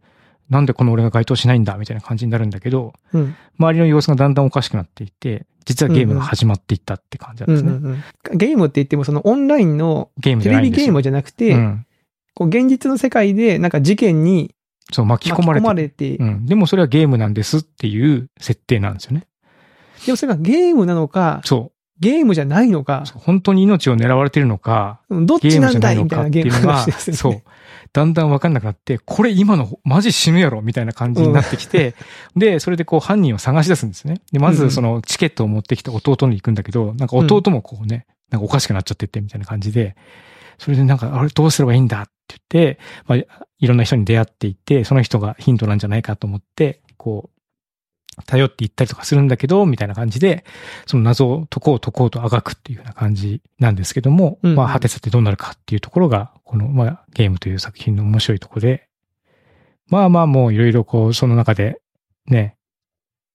Speaker 1: なんでこの俺が該当しないんだみたいな感じになるんだけど、
Speaker 2: うん。
Speaker 1: 周りの様子がだんだんおかしくなっていって、実はゲームが始まっていったって感じなん
Speaker 2: うん
Speaker 1: です
Speaker 2: う
Speaker 1: ね。
Speaker 2: んうん。ゲームって言っても、そのオンラインの
Speaker 1: ゲームじ
Speaker 2: テ
Speaker 1: ゃな
Speaker 2: レ
Speaker 1: いん
Speaker 2: ビ
Speaker 1: です
Speaker 2: ゲ
Speaker 1: よ。
Speaker 2: ームじゃなくて、
Speaker 1: うん。
Speaker 2: こう現実の世界でなんか事件に
Speaker 1: そう、巻き
Speaker 2: 巻
Speaker 1: 込
Speaker 2: き
Speaker 1: まれ
Speaker 2: 込
Speaker 1: て。
Speaker 2: まれて、
Speaker 1: うん。でもそれはゲームなんですっていう設定なんですよね。
Speaker 2: でもそれがゲームなのか、
Speaker 1: そ
Speaker 2: ゲームじゃないのか
Speaker 1: う。、そう本当に命を狙われてるのか、
Speaker 2: うんどっ
Speaker 1: ゲ
Speaker 2: ち
Speaker 1: ーム
Speaker 2: な
Speaker 1: じゃ
Speaker 2: ん
Speaker 1: な
Speaker 2: だ
Speaker 1: い
Speaker 2: い
Speaker 1: の
Speaker 2: みたい
Speaker 1: かっ
Speaker 2: な
Speaker 1: て
Speaker 2: ゲ
Speaker 1: いう
Speaker 2: ーム
Speaker 1: の
Speaker 2: の
Speaker 1: が、
Speaker 2: 話ですよね。
Speaker 1: そう。だんだんわかんなくなって、これ今のマジ死ぬやろみたいな感じになってき
Speaker 2: [LAUGHS]
Speaker 1: て、で、それでこう犯人を探し出すんですね。で、ま
Speaker 2: うんう
Speaker 1: ず
Speaker 2: ん
Speaker 1: そのチケットを持ってきた弟に行くんだけど、なんか弟もこうね、なんかおかしくなっちゃってってみたいな感じで、それでなんか、あれどうすればいいんだって言って、まあ、いろんな人に出会っていって、その人がヒントなんじゃないかと思って、こう、頼っていったりとかするんだけど、みたいな感じで、その謎を解こう解こうとあがくっていうような感じなんですけども、
Speaker 2: うんうん
Speaker 1: まあ、果てさてどうなるかっていうところが、この、まあ、ゲームという作品の面白いところで、まあまあもういろいろこう、その中で、ね、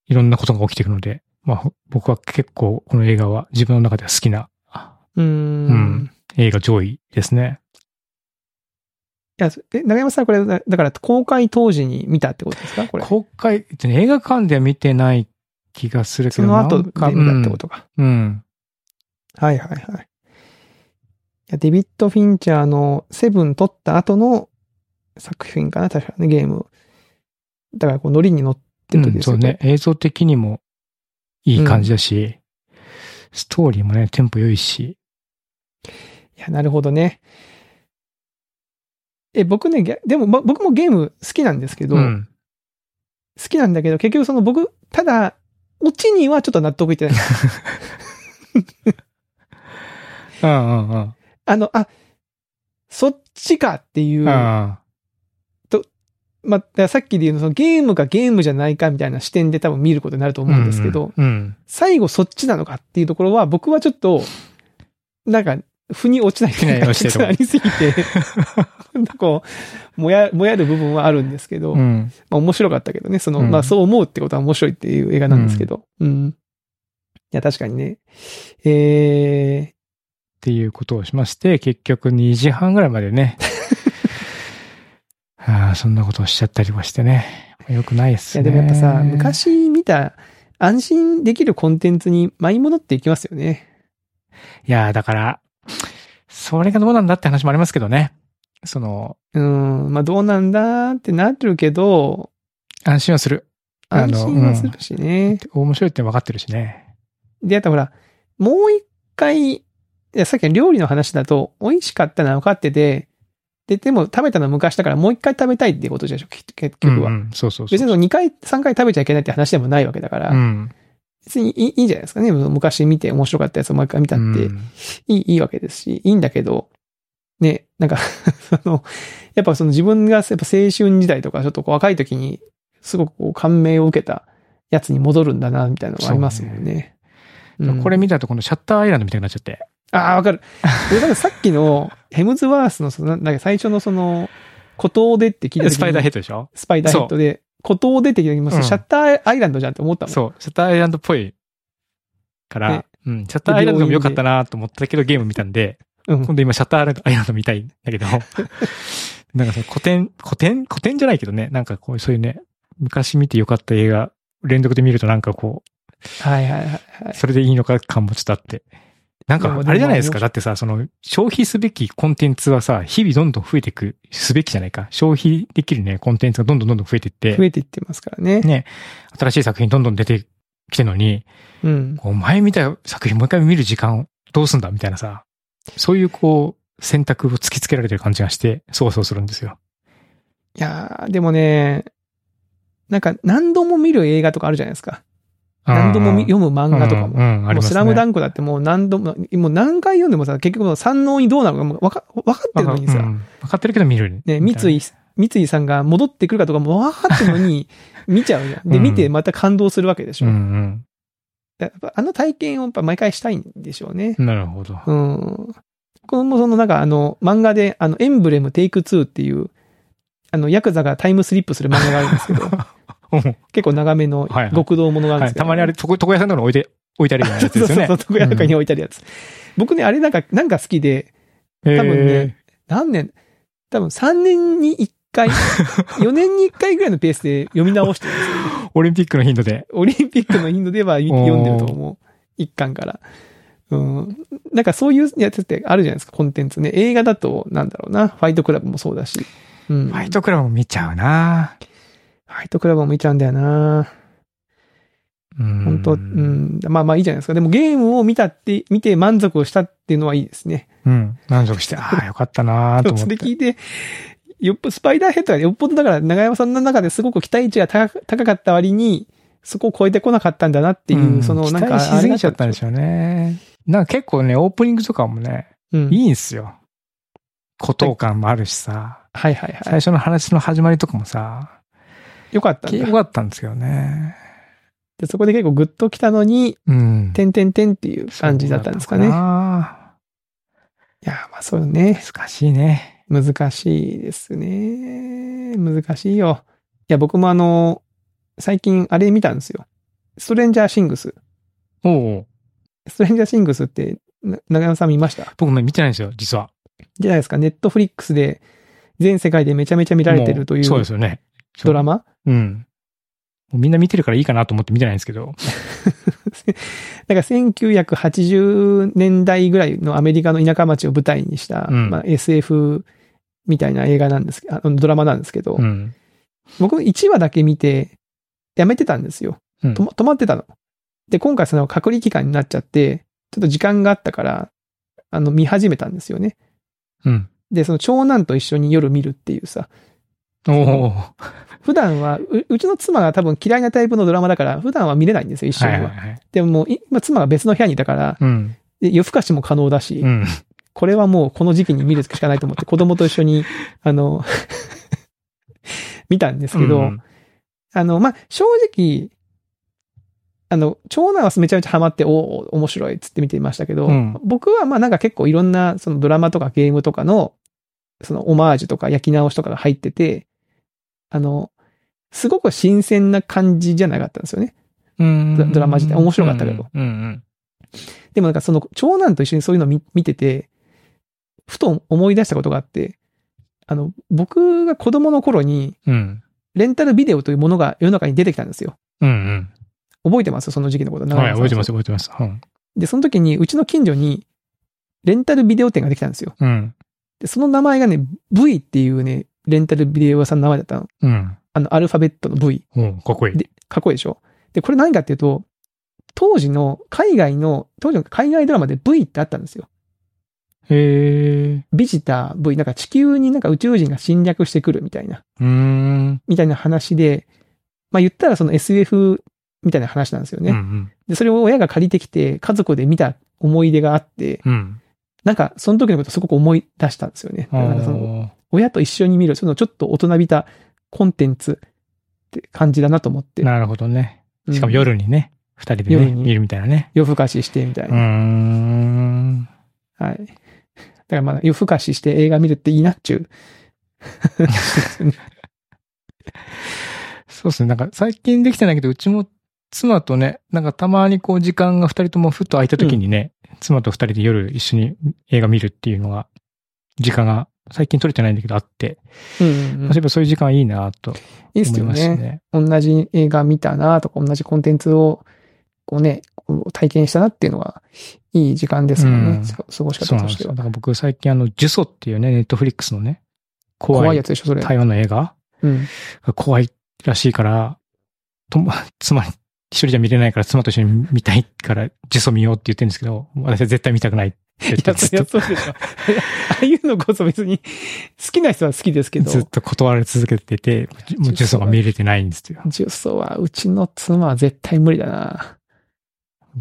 Speaker 1: いろんなことが起きていくので、まあ、ほ僕は結構この映画は自分の中では好きなあ
Speaker 2: うー
Speaker 1: うんん。映画上位ですね。
Speaker 2: いや、え、中山さんこれ、だだから公開当時に見たってことですかこれ。
Speaker 1: 公開、映画館では見てない気がするけ
Speaker 2: そ
Speaker 1: ど、
Speaker 2: の後
Speaker 1: な
Speaker 2: で
Speaker 1: んか
Speaker 2: 見たってことか。
Speaker 1: うん。うん
Speaker 2: はいはいはい。いや、デビッド・フィンチャーのセブン撮った後の作品かな、確かね、ゲーム。だから、こう、ノリに乗ってる時
Speaker 1: うん
Speaker 2: です
Speaker 1: そ
Speaker 2: よ
Speaker 1: うね。。映像的にもいい感じだし、ストーリーもね、テンポ良いし。
Speaker 2: いや、なるほどね。え、僕ね、ぎゃでも、ぼ僕もゲーム好きなんですけど、
Speaker 1: うん。
Speaker 2: 好きなんだけど、結局その僕、ただ、オチにはちょっと納得
Speaker 1: [LAUGHS]
Speaker 2: いってない。
Speaker 1: うんうんうん。
Speaker 2: あの、あ、そっちかっていう、
Speaker 1: あ
Speaker 2: まあ、だからさっきで言うの、そのゲームかゲームじゃないかみたいな視点で多分見ることになると
Speaker 1: あ
Speaker 2: 思うんですけど、
Speaker 1: うんうん。
Speaker 2: 最後そっちなのかっていうところは、僕はちょっと、なんか、腑に落ちない
Speaker 1: 腑に落ちない
Speaker 2: ちょっとありすぎて、
Speaker 1: [LAUGHS]
Speaker 2: なんかこう、もや、もやる部分はあるんですけど、
Speaker 1: うん。うん
Speaker 2: まあ面白かったけどね、その、
Speaker 1: うん
Speaker 2: まあそう思うってことは面白いっていう映画なんですけど、うん。いや、確かにね。
Speaker 1: っ
Speaker 2: え
Speaker 1: ていうことをしまして、結局2時半ぐらいまで
Speaker 2: [LAUGHS]
Speaker 1: ね。ああ、そんなことをしちゃったりもしてね。よくないっ
Speaker 2: ー、い
Speaker 1: す
Speaker 2: や
Speaker 1: ね。
Speaker 2: でもやっぱさ、昔見た、安心できるコンテンツに舞い戻っていきますよね。
Speaker 1: いやー、だから、それがどうなんだって話もありますけどね。その、
Speaker 2: うん、まあどうなんだってなるけど、
Speaker 1: 安心はする。あ
Speaker 2: 安
Speaker 1: の
Speaker 2: 心はするしね。
Speaker 1: 面白いって分かってるしね。
Speaker 2: で、あとほら、もう一回、いやさっきの料理の話だと、美味しかったのは分かってて、で、でも食べたのは昔だからもう一回食べたいってことじゃでしょ、き結局は。
Speaker 1: うんうんそうそうそう。
Speaker 2: 別にその2回、3回食べちゃいけないって話でもないわけだから、
Speaker 1: うん。
Speaker 2: 別にいいいいんじゃないですかね。昔見て面白かったやつをもう一回見たって、
Speaker 1: うん
Speaker 2: いい、いいわけですし、いいんだけど、ね、なんか、 [LAUGHS] その、やっぱその自分がやっぱ青春時代とか、ちょっとこう若い時に、すごくこう感銘を受けたやつに戻るんだな、みたいなのがありますもんね。うん
Speaker 1: これ見たとこのシャッターアイランドみたいになっちゃって。
Speaker 2: ああ、わ
Speaker 1: [LAUGHS]
Speaker 2: かる。俺、だからさっきの、ヘムズワースの、その、なんか最初のその、孤島でって聞いた時に
Speaker 1: スパイダーヘッドでしょ
Speaker 2: スパイダーヘッドで、孤島でって聞いた時に、まあ
Speaker 1: うん
Speaker 2: シャッターアイランドじゃんって思ったもん。
Speaker 1: そう。シャッターアイランドっぽいから
Speaker 2: ね、
Speaker 1: うん。シャッターアイランドでも良かったなと思ったけど、ゲーム見たんで、
Speaker 2: うん
Speaker 1: 今度今シャッターアイランド見たいんだけ [LAUGHS] ど、なんかその古典、古典、古典じゃないけどね、なんかこういうそういうね、昔見て良かった映画、連続で見るとなんかこ
Speaker 2: はいはいはいは
Speaker 1: う、
Speaker 2: い。
Speaker 1: それでいいのか感もちょっとあって。なん
Speaker 2: いや
Speaker 1: か、
Speaker 2: でも
Speaker 1: あれじゃないですか。
Speaker 2: 面白い
Speaker 1: だってさ、その、消費すべきコンテンツはさ、日々どんどん増えていく、すべきじゃないか。消費できるね、コンテンツがどんどんどんどん増えていって
Speaker 2: 増、えていってますからね。
Speaker 1: ね、新しい作品どんどん出てきてるのに、
Speaker 2: うん。
Speaker 1: こう前見た作品もう一回見る時間をどうすんだみたいなさ、そういうこう、選択を突きつけられてる感じがして、そうそうするんですよ。
Speaker 2: いやーでもね、なんか何度も見る映画とかあるじゃないですか。何度もみ読む漫画とかも。
Speaker 1: うん、うんあり
Speaker 2: もう
Speaker 1: ますね。
Speaker 2: スラムダンクだってもう何度も、もう何回読んでもさ、結局もう三能にどうなるかもうわか、わかってるのにさ、
Speaker 1: わかうんわかってるけど見る。
Speaker 2: ね、三井、三井さんが戻ってくるかとかもわかってるの
Speaker 1: [LAUGHS]
Speaker 2: に、見ちゃうじゃん。で、
Speaker 1: うん
Speaker 2: 見てまた感動するわけでし
Speaker 1: う
Speaker 2: ょ。
Speaker 1: んうん。
Speaker 2: やっぱあの体験をやっぱ毎回したいんでしょうね。
Speaker 1: なるほど。
Speaker 2: うん。このもそのなんかあの、漫画で、あの、エンブレムテイク2っていう、あの、ヤクザがタイムスリップする漫画があるんです
Speaker 1: [LAUGHS]
Speaker 2: けど、
Speaker 1: うん
Speaker 2: 結構長めの
Speaker 1: はいはい
Speaker 2: 極道ものがあるん
Speaker 1: は
Speaker 2: です
Speaker 1: い、
Speaker 2: けど、
Speaker 1: たまにあれ、床床屋さんとかに置いて、置いてあるようなや
Speaker 2: そう
Speaker 1: つ
Speaker 2: そ
Speaker 1: です
Speaker 2: う [LAUGHS] そ
Speaker 1: よ
Speaker 2: う、
Speaker 1: ね。
Speaker 2: 床屋とかに置いてあるやつ。僕ね、あれなんか、なんか好きで、
Speaker 1: うん
Speaker 2: 多分ね
Speaker 1: へー
Speaker 2: 何年、多分3年に1回、4年に1回ぐらいのペースで読み直してるんですよ。
Speaker 1: オリンピックの頻度で。
Speaker 2: オリンピックのインドでは読んでると思う。一巻から。うん。なんかそういうやつってあるじゃないですか、コンテンツね。映画だと、なんだろうな、ファイトクラブもそうだし。うん。
Speaker 1: ファイトクラブも見ちゃうな
Speaker 2: ファイトクラブも見ちゃうんだよな
Speaker 1: うん
Speaker 2: 本当うん。まあまあいいじゃないですか。でもゲームを見たって、見て満足をしたっていうのはいいですね。
Speaker 1: うん。満足して、ああ、よかったなーと思っ
Speaker 2: それ
Speaker 1: て。
Speaker 2: 聞いて、よっぽスパイダーヘッドはよっぽどだから、長山さんの中ですごく期待値が高く高かった割に、そこを超えてこなかったんだなっていう、
Speaker 1: ん
Speaker 2: そのなんか、
Speaker 1: 期待しすぎちゃったんで
Speaker 2: ょ。
Speaker 1: しょうね。なんか結構ね、オープニングとかもね、
Speaker 2: うん。
Speaker 1: いいんすよ。孤島感もあるしさ、
Speaker 2: はいはいは
Speaker 1: 最初の話の始まりとかもさ、
Speaker 2: い。よかったん
Speaker 1: 結構
Speaker 2: だ
Speaker 1: 良。かったんですけどね。
Speaker 2: で、そこで結構グッと来たのに、
Speaker 1: うん。
Speaker 2: てんてんてんっていう感じだったんですかね。
Speaker 1: そう
Speaker 2: い
Speaker 1: だったか
Speaker 2: や、まあそうね。
Speaker 1: な難しいね。
Speaker 2: 難しいですね。難しいよ。いや、僕もあの、最近あれ見たんですよ。ストレンジャーシングス。
Speaker 1: おお。
Speaker 2: ストレンジャーシングスって、な長山さん見ました
Speaker 1: 僕ね、見てないんですよ、実は。
Speaker 2: じゃないですか。ネットフリックスで全世界でめちゃめちゃ見られてるとい
Speaker 1: もそう
Speaker 2: う
Speaker 1: ですよね。
Speaker 2: ドラマ
Speaker 1: うん。もうみんな見てるからいいかなと思って見てないんですけど。
Speaker 2: だから1980年代ぐらいのアメリカの田舎町を舞台にした、
Speaker 1: うん
Speaker 2: まあ、SF みたいな映画なんですけど、あのドラマなんですけど、
Speaker 1: うん。
Speaker 2: 僕1話だけ見て、やめてたんですよ。
Speaker 1: うん
Speaker 2: とま止まってたの。で、今回その隔離期間になっちゃって、ちょっと時間があったから、あの、見始めたんですよね。
Speaker 1: うん。
Speaker 2: で、その長男と一緒に夜見るっていうさ、
Speaker 1: おお。は
Speaker 2: 普段はう、うちの妻が多分嫌いなタイプのドラマだから、普段は見れないんですよ、一
Speaker 1: い
Speaker 2: 緒に
Speaker 1: は
Speaker 2: は。
Speaker 1: いはい。
Speaker 2: でももうい、今妻が別の部屋にいたから、
Speaker 1: うん。
Speaker 2: で夜更かしも可能だし、
Speaker 1: うん。
Speaker 2: これはもうこの時期に見るしかないと思って、子供と一緒に、あの、 [LAUGHS] 見たんですけど、
Speaker 1: うん
Speaker 2: あの、まあ、正直、あの、長男はめちゃめちゃハマって、おお、面白いっつって見てましたけど、
Speaker 1: うん
Speaker 2: 僕はまあなんか結構いろんなそのドラマとかゲームとかの、そのオマージュとか焼き直しとかが入ってて、あの、すごく新鮮な感じじゃなかったんですよね。
Speaker 1: うん
Speaker 2: ドドラマ自体面白かったけど。
Speaker 1: うんうん。
Speaker 2: でもなんかその長男と一緒にそういうの見見てて、ふと思い出したことがあって、あの、僕が子供の頃に、
Speaker 1: うん。
Speaker 2: レンタルビデオというものが世の中に出てきたんですよ。
Speaker 1: うん
Speaker 2: 覚えてますその時期のこと。
Speaker 1: うん。
Speaker 2: 長
Speaker 1: はい、覚
Speaker 2: 山さん
Speaker 1: えてます、覚えてます。うん。
Speaker 2: で、その時に、うちの近所に、レンタルビデオ店ができたんですよ。
Speaker 1: うん。
Speaker 2: で、その名前がね、V っていうね、レンタルビデオ屋さんの名前だったの。
Speaker 1: うん。
Speaker 2: あの、アルファベットの V。
Speaker 1: おーかっこいい。
Speaker 2: で、かっこいいでしょで、これ何かっていうと、当時の海外の、当時の海外ドラマで V ってあったんですよ。
Speaker 1: へえ。
Speaker 2: ビジター V。なんか地球になんか宇宙人が侵略してくるみたいな、
Speaker 1: うーん。
Speaker 2: みたいな話で、まあ言ったらその SF みたいな話なんですよ
Speaker 1: うんう
Speaker 2: ね。
Speaker 1: ん。
Speaker 2: で、それを親が借りてきて、家族で見た思い出があって、
Speaker 1: うん。
Speaker 2: なんかその時のことすごく思い出したんですよね。なんかその
Speaker 1: おー
Speaker 2: 親と一緒に見る、そのちょっと大人びたコンテンツって感じだなと思って。
Speaker 1: なるほどね。
Speaker 2: うん
Speaker 1: しかも夜にね、二人で
Speaker 2: 夜
Speaker 1: ね、
Speaker 2: に
Speaker 1: 見るみたいなね。
Speaker 2: 夜更かししてみたいう
Speaker 1: ー
Speaker 2: な。
Speaker 1: ん。
Speaker 2: はい。だからまあ夜更かしして映画見るっていいなっちゅう。
Speaker 1: そうですね。なんか最近できてないけど、うちも妻とね、なんかたまにこう時間が二人ともふっと空いた時にね、妻と二人で夜一緒に映画見るっていうのが、時間が最近取れてないんだけどあって、
Speaker 2: うんうんうん
Speaker 1: そういえばそういう時間いいなと
Speaker 2: いいっ
Speaker 1: 思
Speaker 2: す
Speaker 1: い
Speaker 2: よ
Speaker 1: ました
Speaker 2: ね。
Speaker 1: ね。
Speaker 2: 同じ映画見たなとか、同じコンテンツを、こうね、こう体験したなっていうのが、いい時間ですよね。
Speaker 1: うん
Speaker 2: す過ごし
Speaker 1: そう
Speaker 2: 方
Speaker 1: な
Speaker 2: と
Speaker 1: んで
Speaker 2: し
Speaker 1: す
Speaker 2: て
Speaker 1: よ。
Speaker 2: は
Speaker 1: だ。から僕最近あの、ジュソっていうね、ネットフリックスのね、
Speaker 2: 怖
Speaker 1: 怖
Speaker 2: い
Speaker 1: い
Speaker 2: やつでしょ、それ。
Speaker 1: 台湾の映画 [LAUGHS]
Speaker 2: うん。
Speaker 1: が怖いらしいから、とも、妻に、一人じゃ見れないから妻と一緒に見たいから、ジュソ見ようって言ってるんですけど、私は絶対見たくないって絶
Speaker 2: や、
Speaker 1: 対
Speaker 2: そ
Speaker 1: ず
Speaker 2: り
Speaker 1: っ
Speaker 2: ゃ
Speaker 1: と
Speaker 2: そうでし [LAUGHS] ょ。ああいうのこそ別に、好きな人は好きですけど、
Speaker 1: ずっと断られ続けてて、もうジュソが見れてないんですよ。
Speaker 2: 重曹はうちの妻は絶対無理だな。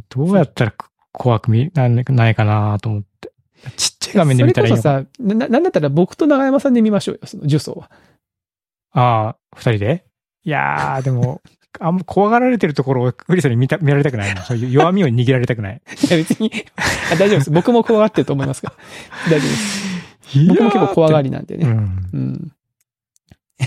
Speaker 1: どうやったら怖く見なんないかなと思って。ちっちゃい画面で見たらいいの
Speaker 2: そ
Speaker 1: か。
Speaker 2: れこそさ、な、なんだったら僕と長山さんで見ましょうよ、その重曹は。
Speaker 1: ああ、二人でいやー、で
Speaker 2: [LAUGHS]
Speaker 1: も、あんま怖がられてるところをウリさんに見た見られたくないな。そういう弱みを握られたくない。
Speaker 2: いや別
Speaker 1: [LAUGHS]
Speaker 2: に、あ大丈夫です。僕も怖がってると思いますから。大丈夫です。僕も結構怖が
Speaker 1: り、
Speaker 2: りなんで
Speaker 1: う
Speaker 2: ね。
Speaker 1: ん。
Speaker 2: うん。ま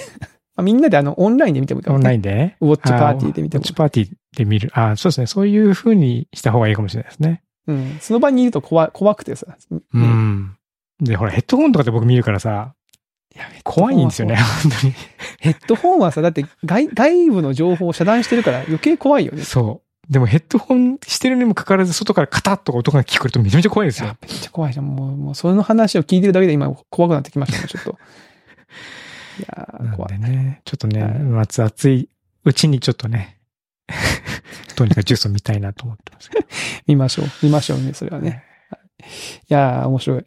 Speaker 2: あみんなであの、オンラインで見てもいいか
Speaker 1: オ
Speaker 2: も、
Speaker 1: ン
Speaker 2: ね。
Speaker 1: ラインで
Speaker 2: ウォッチパーティーで見て
Speaker 1: ウ
Speaker 2: も
Speaker 1: ォッ。チパーティーで見る。ああ、そうですね。そういう風にした方がいいかもしれないですね。
Speaker 2: うん。その場にいると怖怖くてさ。
Speaker 1: う。ん。で、ほら、ヘッドホンとかで僕見るからさ、怖いんですよね、本当に。
Speaker 2: ヘッドホンはさ、だって外外部の情報を遮断してるから余計怖いよね。
Speaker 1: そう。でもヘッドホンしてるにもかかわらず、外からカタッとか音が聞こえるとめちゃめちゃ怖いですよ
Speaker 2: や。めっちゃ怖いじゃん。もう、もうその話を聞いてるだけで今怖くなってきましたね、ちょ
Speaker 1: [LAUGHS]
Speaker 2: っと。いや
Speaker 1: な
Speaker 2: ー、
Speaker 1: ん
Speaker 2: 怖
Speaker 1: で。
Speaker 2: い
Speaker 1: ね、ちょっとね、
Speaker 2: はい
Speaker 1: 夏暑いうちにちょっと
Speaker 2: [LAUGHS]
Speaker 1: ね、どうにかジュースを見たいなと思ってますけど。
Speaker 2: 見ましょう。見ましょうね、それはね。いやー、面白い。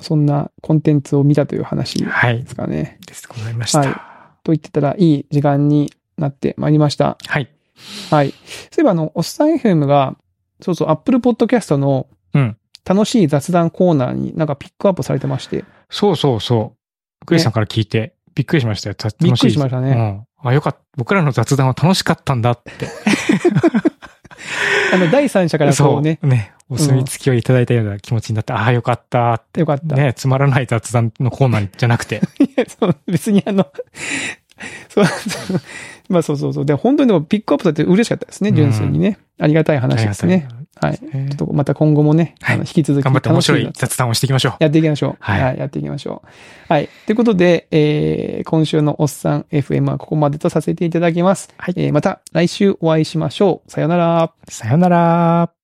Speaker 2: そんなコンテンツを見たという話で
Speaker 1: はい。
Speaker 2: すかね。
Speaker 1: です。ございました。
Speaker 2: はい
Speaker 1: は
Speaker 2: と言ってたら、いい時間になってまいりました。
Speaker 1: い。
Speaker 2: はい。そういえば、あの、おっさん FM が、そうそう、Apple Podcast の
Speaker 1: うん、
Speaker 2: 楽しい雑談コーナーになんかピックアップされてまして、
Speaker 1: そうそうそう。クリスさんから聞いて、びっくりしましたよ。た楽
Speaker 2: びっくりしましたね。
Speaker 1: うん。あ、よかった。僕らの雑談は楽しかったんだって。
Speaker 2: [LAUGHS] あの、第三者からこ
Speaker 1: [LAUGHS]
Speaker 2: うね、
Speaker 1: そう。ね。お墨付きをいただいたような気持ちになって、ああ、よかったって。
Speaker 2: よかった。
Speaker 1: ね、つまらない雑談のコーナーじゃなくて。
Speaker 2: いやそう別にあの、 [LAUGHS] そう、そうまあそうそうそう。で、本当にでもピックアップされて嬉しかったですね、
Speaker 1: うん
Speaker 2: 純粋にね。ありがたい [LAUGHS] 話ですね。はい。ち
Speaker 1: ありがたいな。
Speaker 2: ょっとまた今後もね、
Speaker 1: はい
Speaker 2: あの引き続き
Speaker 1: 頑張って面
Speaker 2: 楽し
Speaker 1: 白
Speaker 2: み
Speaker 1: い
Speaker 2: な
Speaker 1: 雑談をしていきましょう。
Speaker 2: やっていきましょう、
Speaker 1: はい
Speaker 2: やっていきましょう。はい。ということで、えー、今週のおっさん FM はここまでとさせていただきます。
Speaker 1: はい
Speaker 2: えーまた来週お会いしましょう。さようなら。
Speaker 1: さよなら。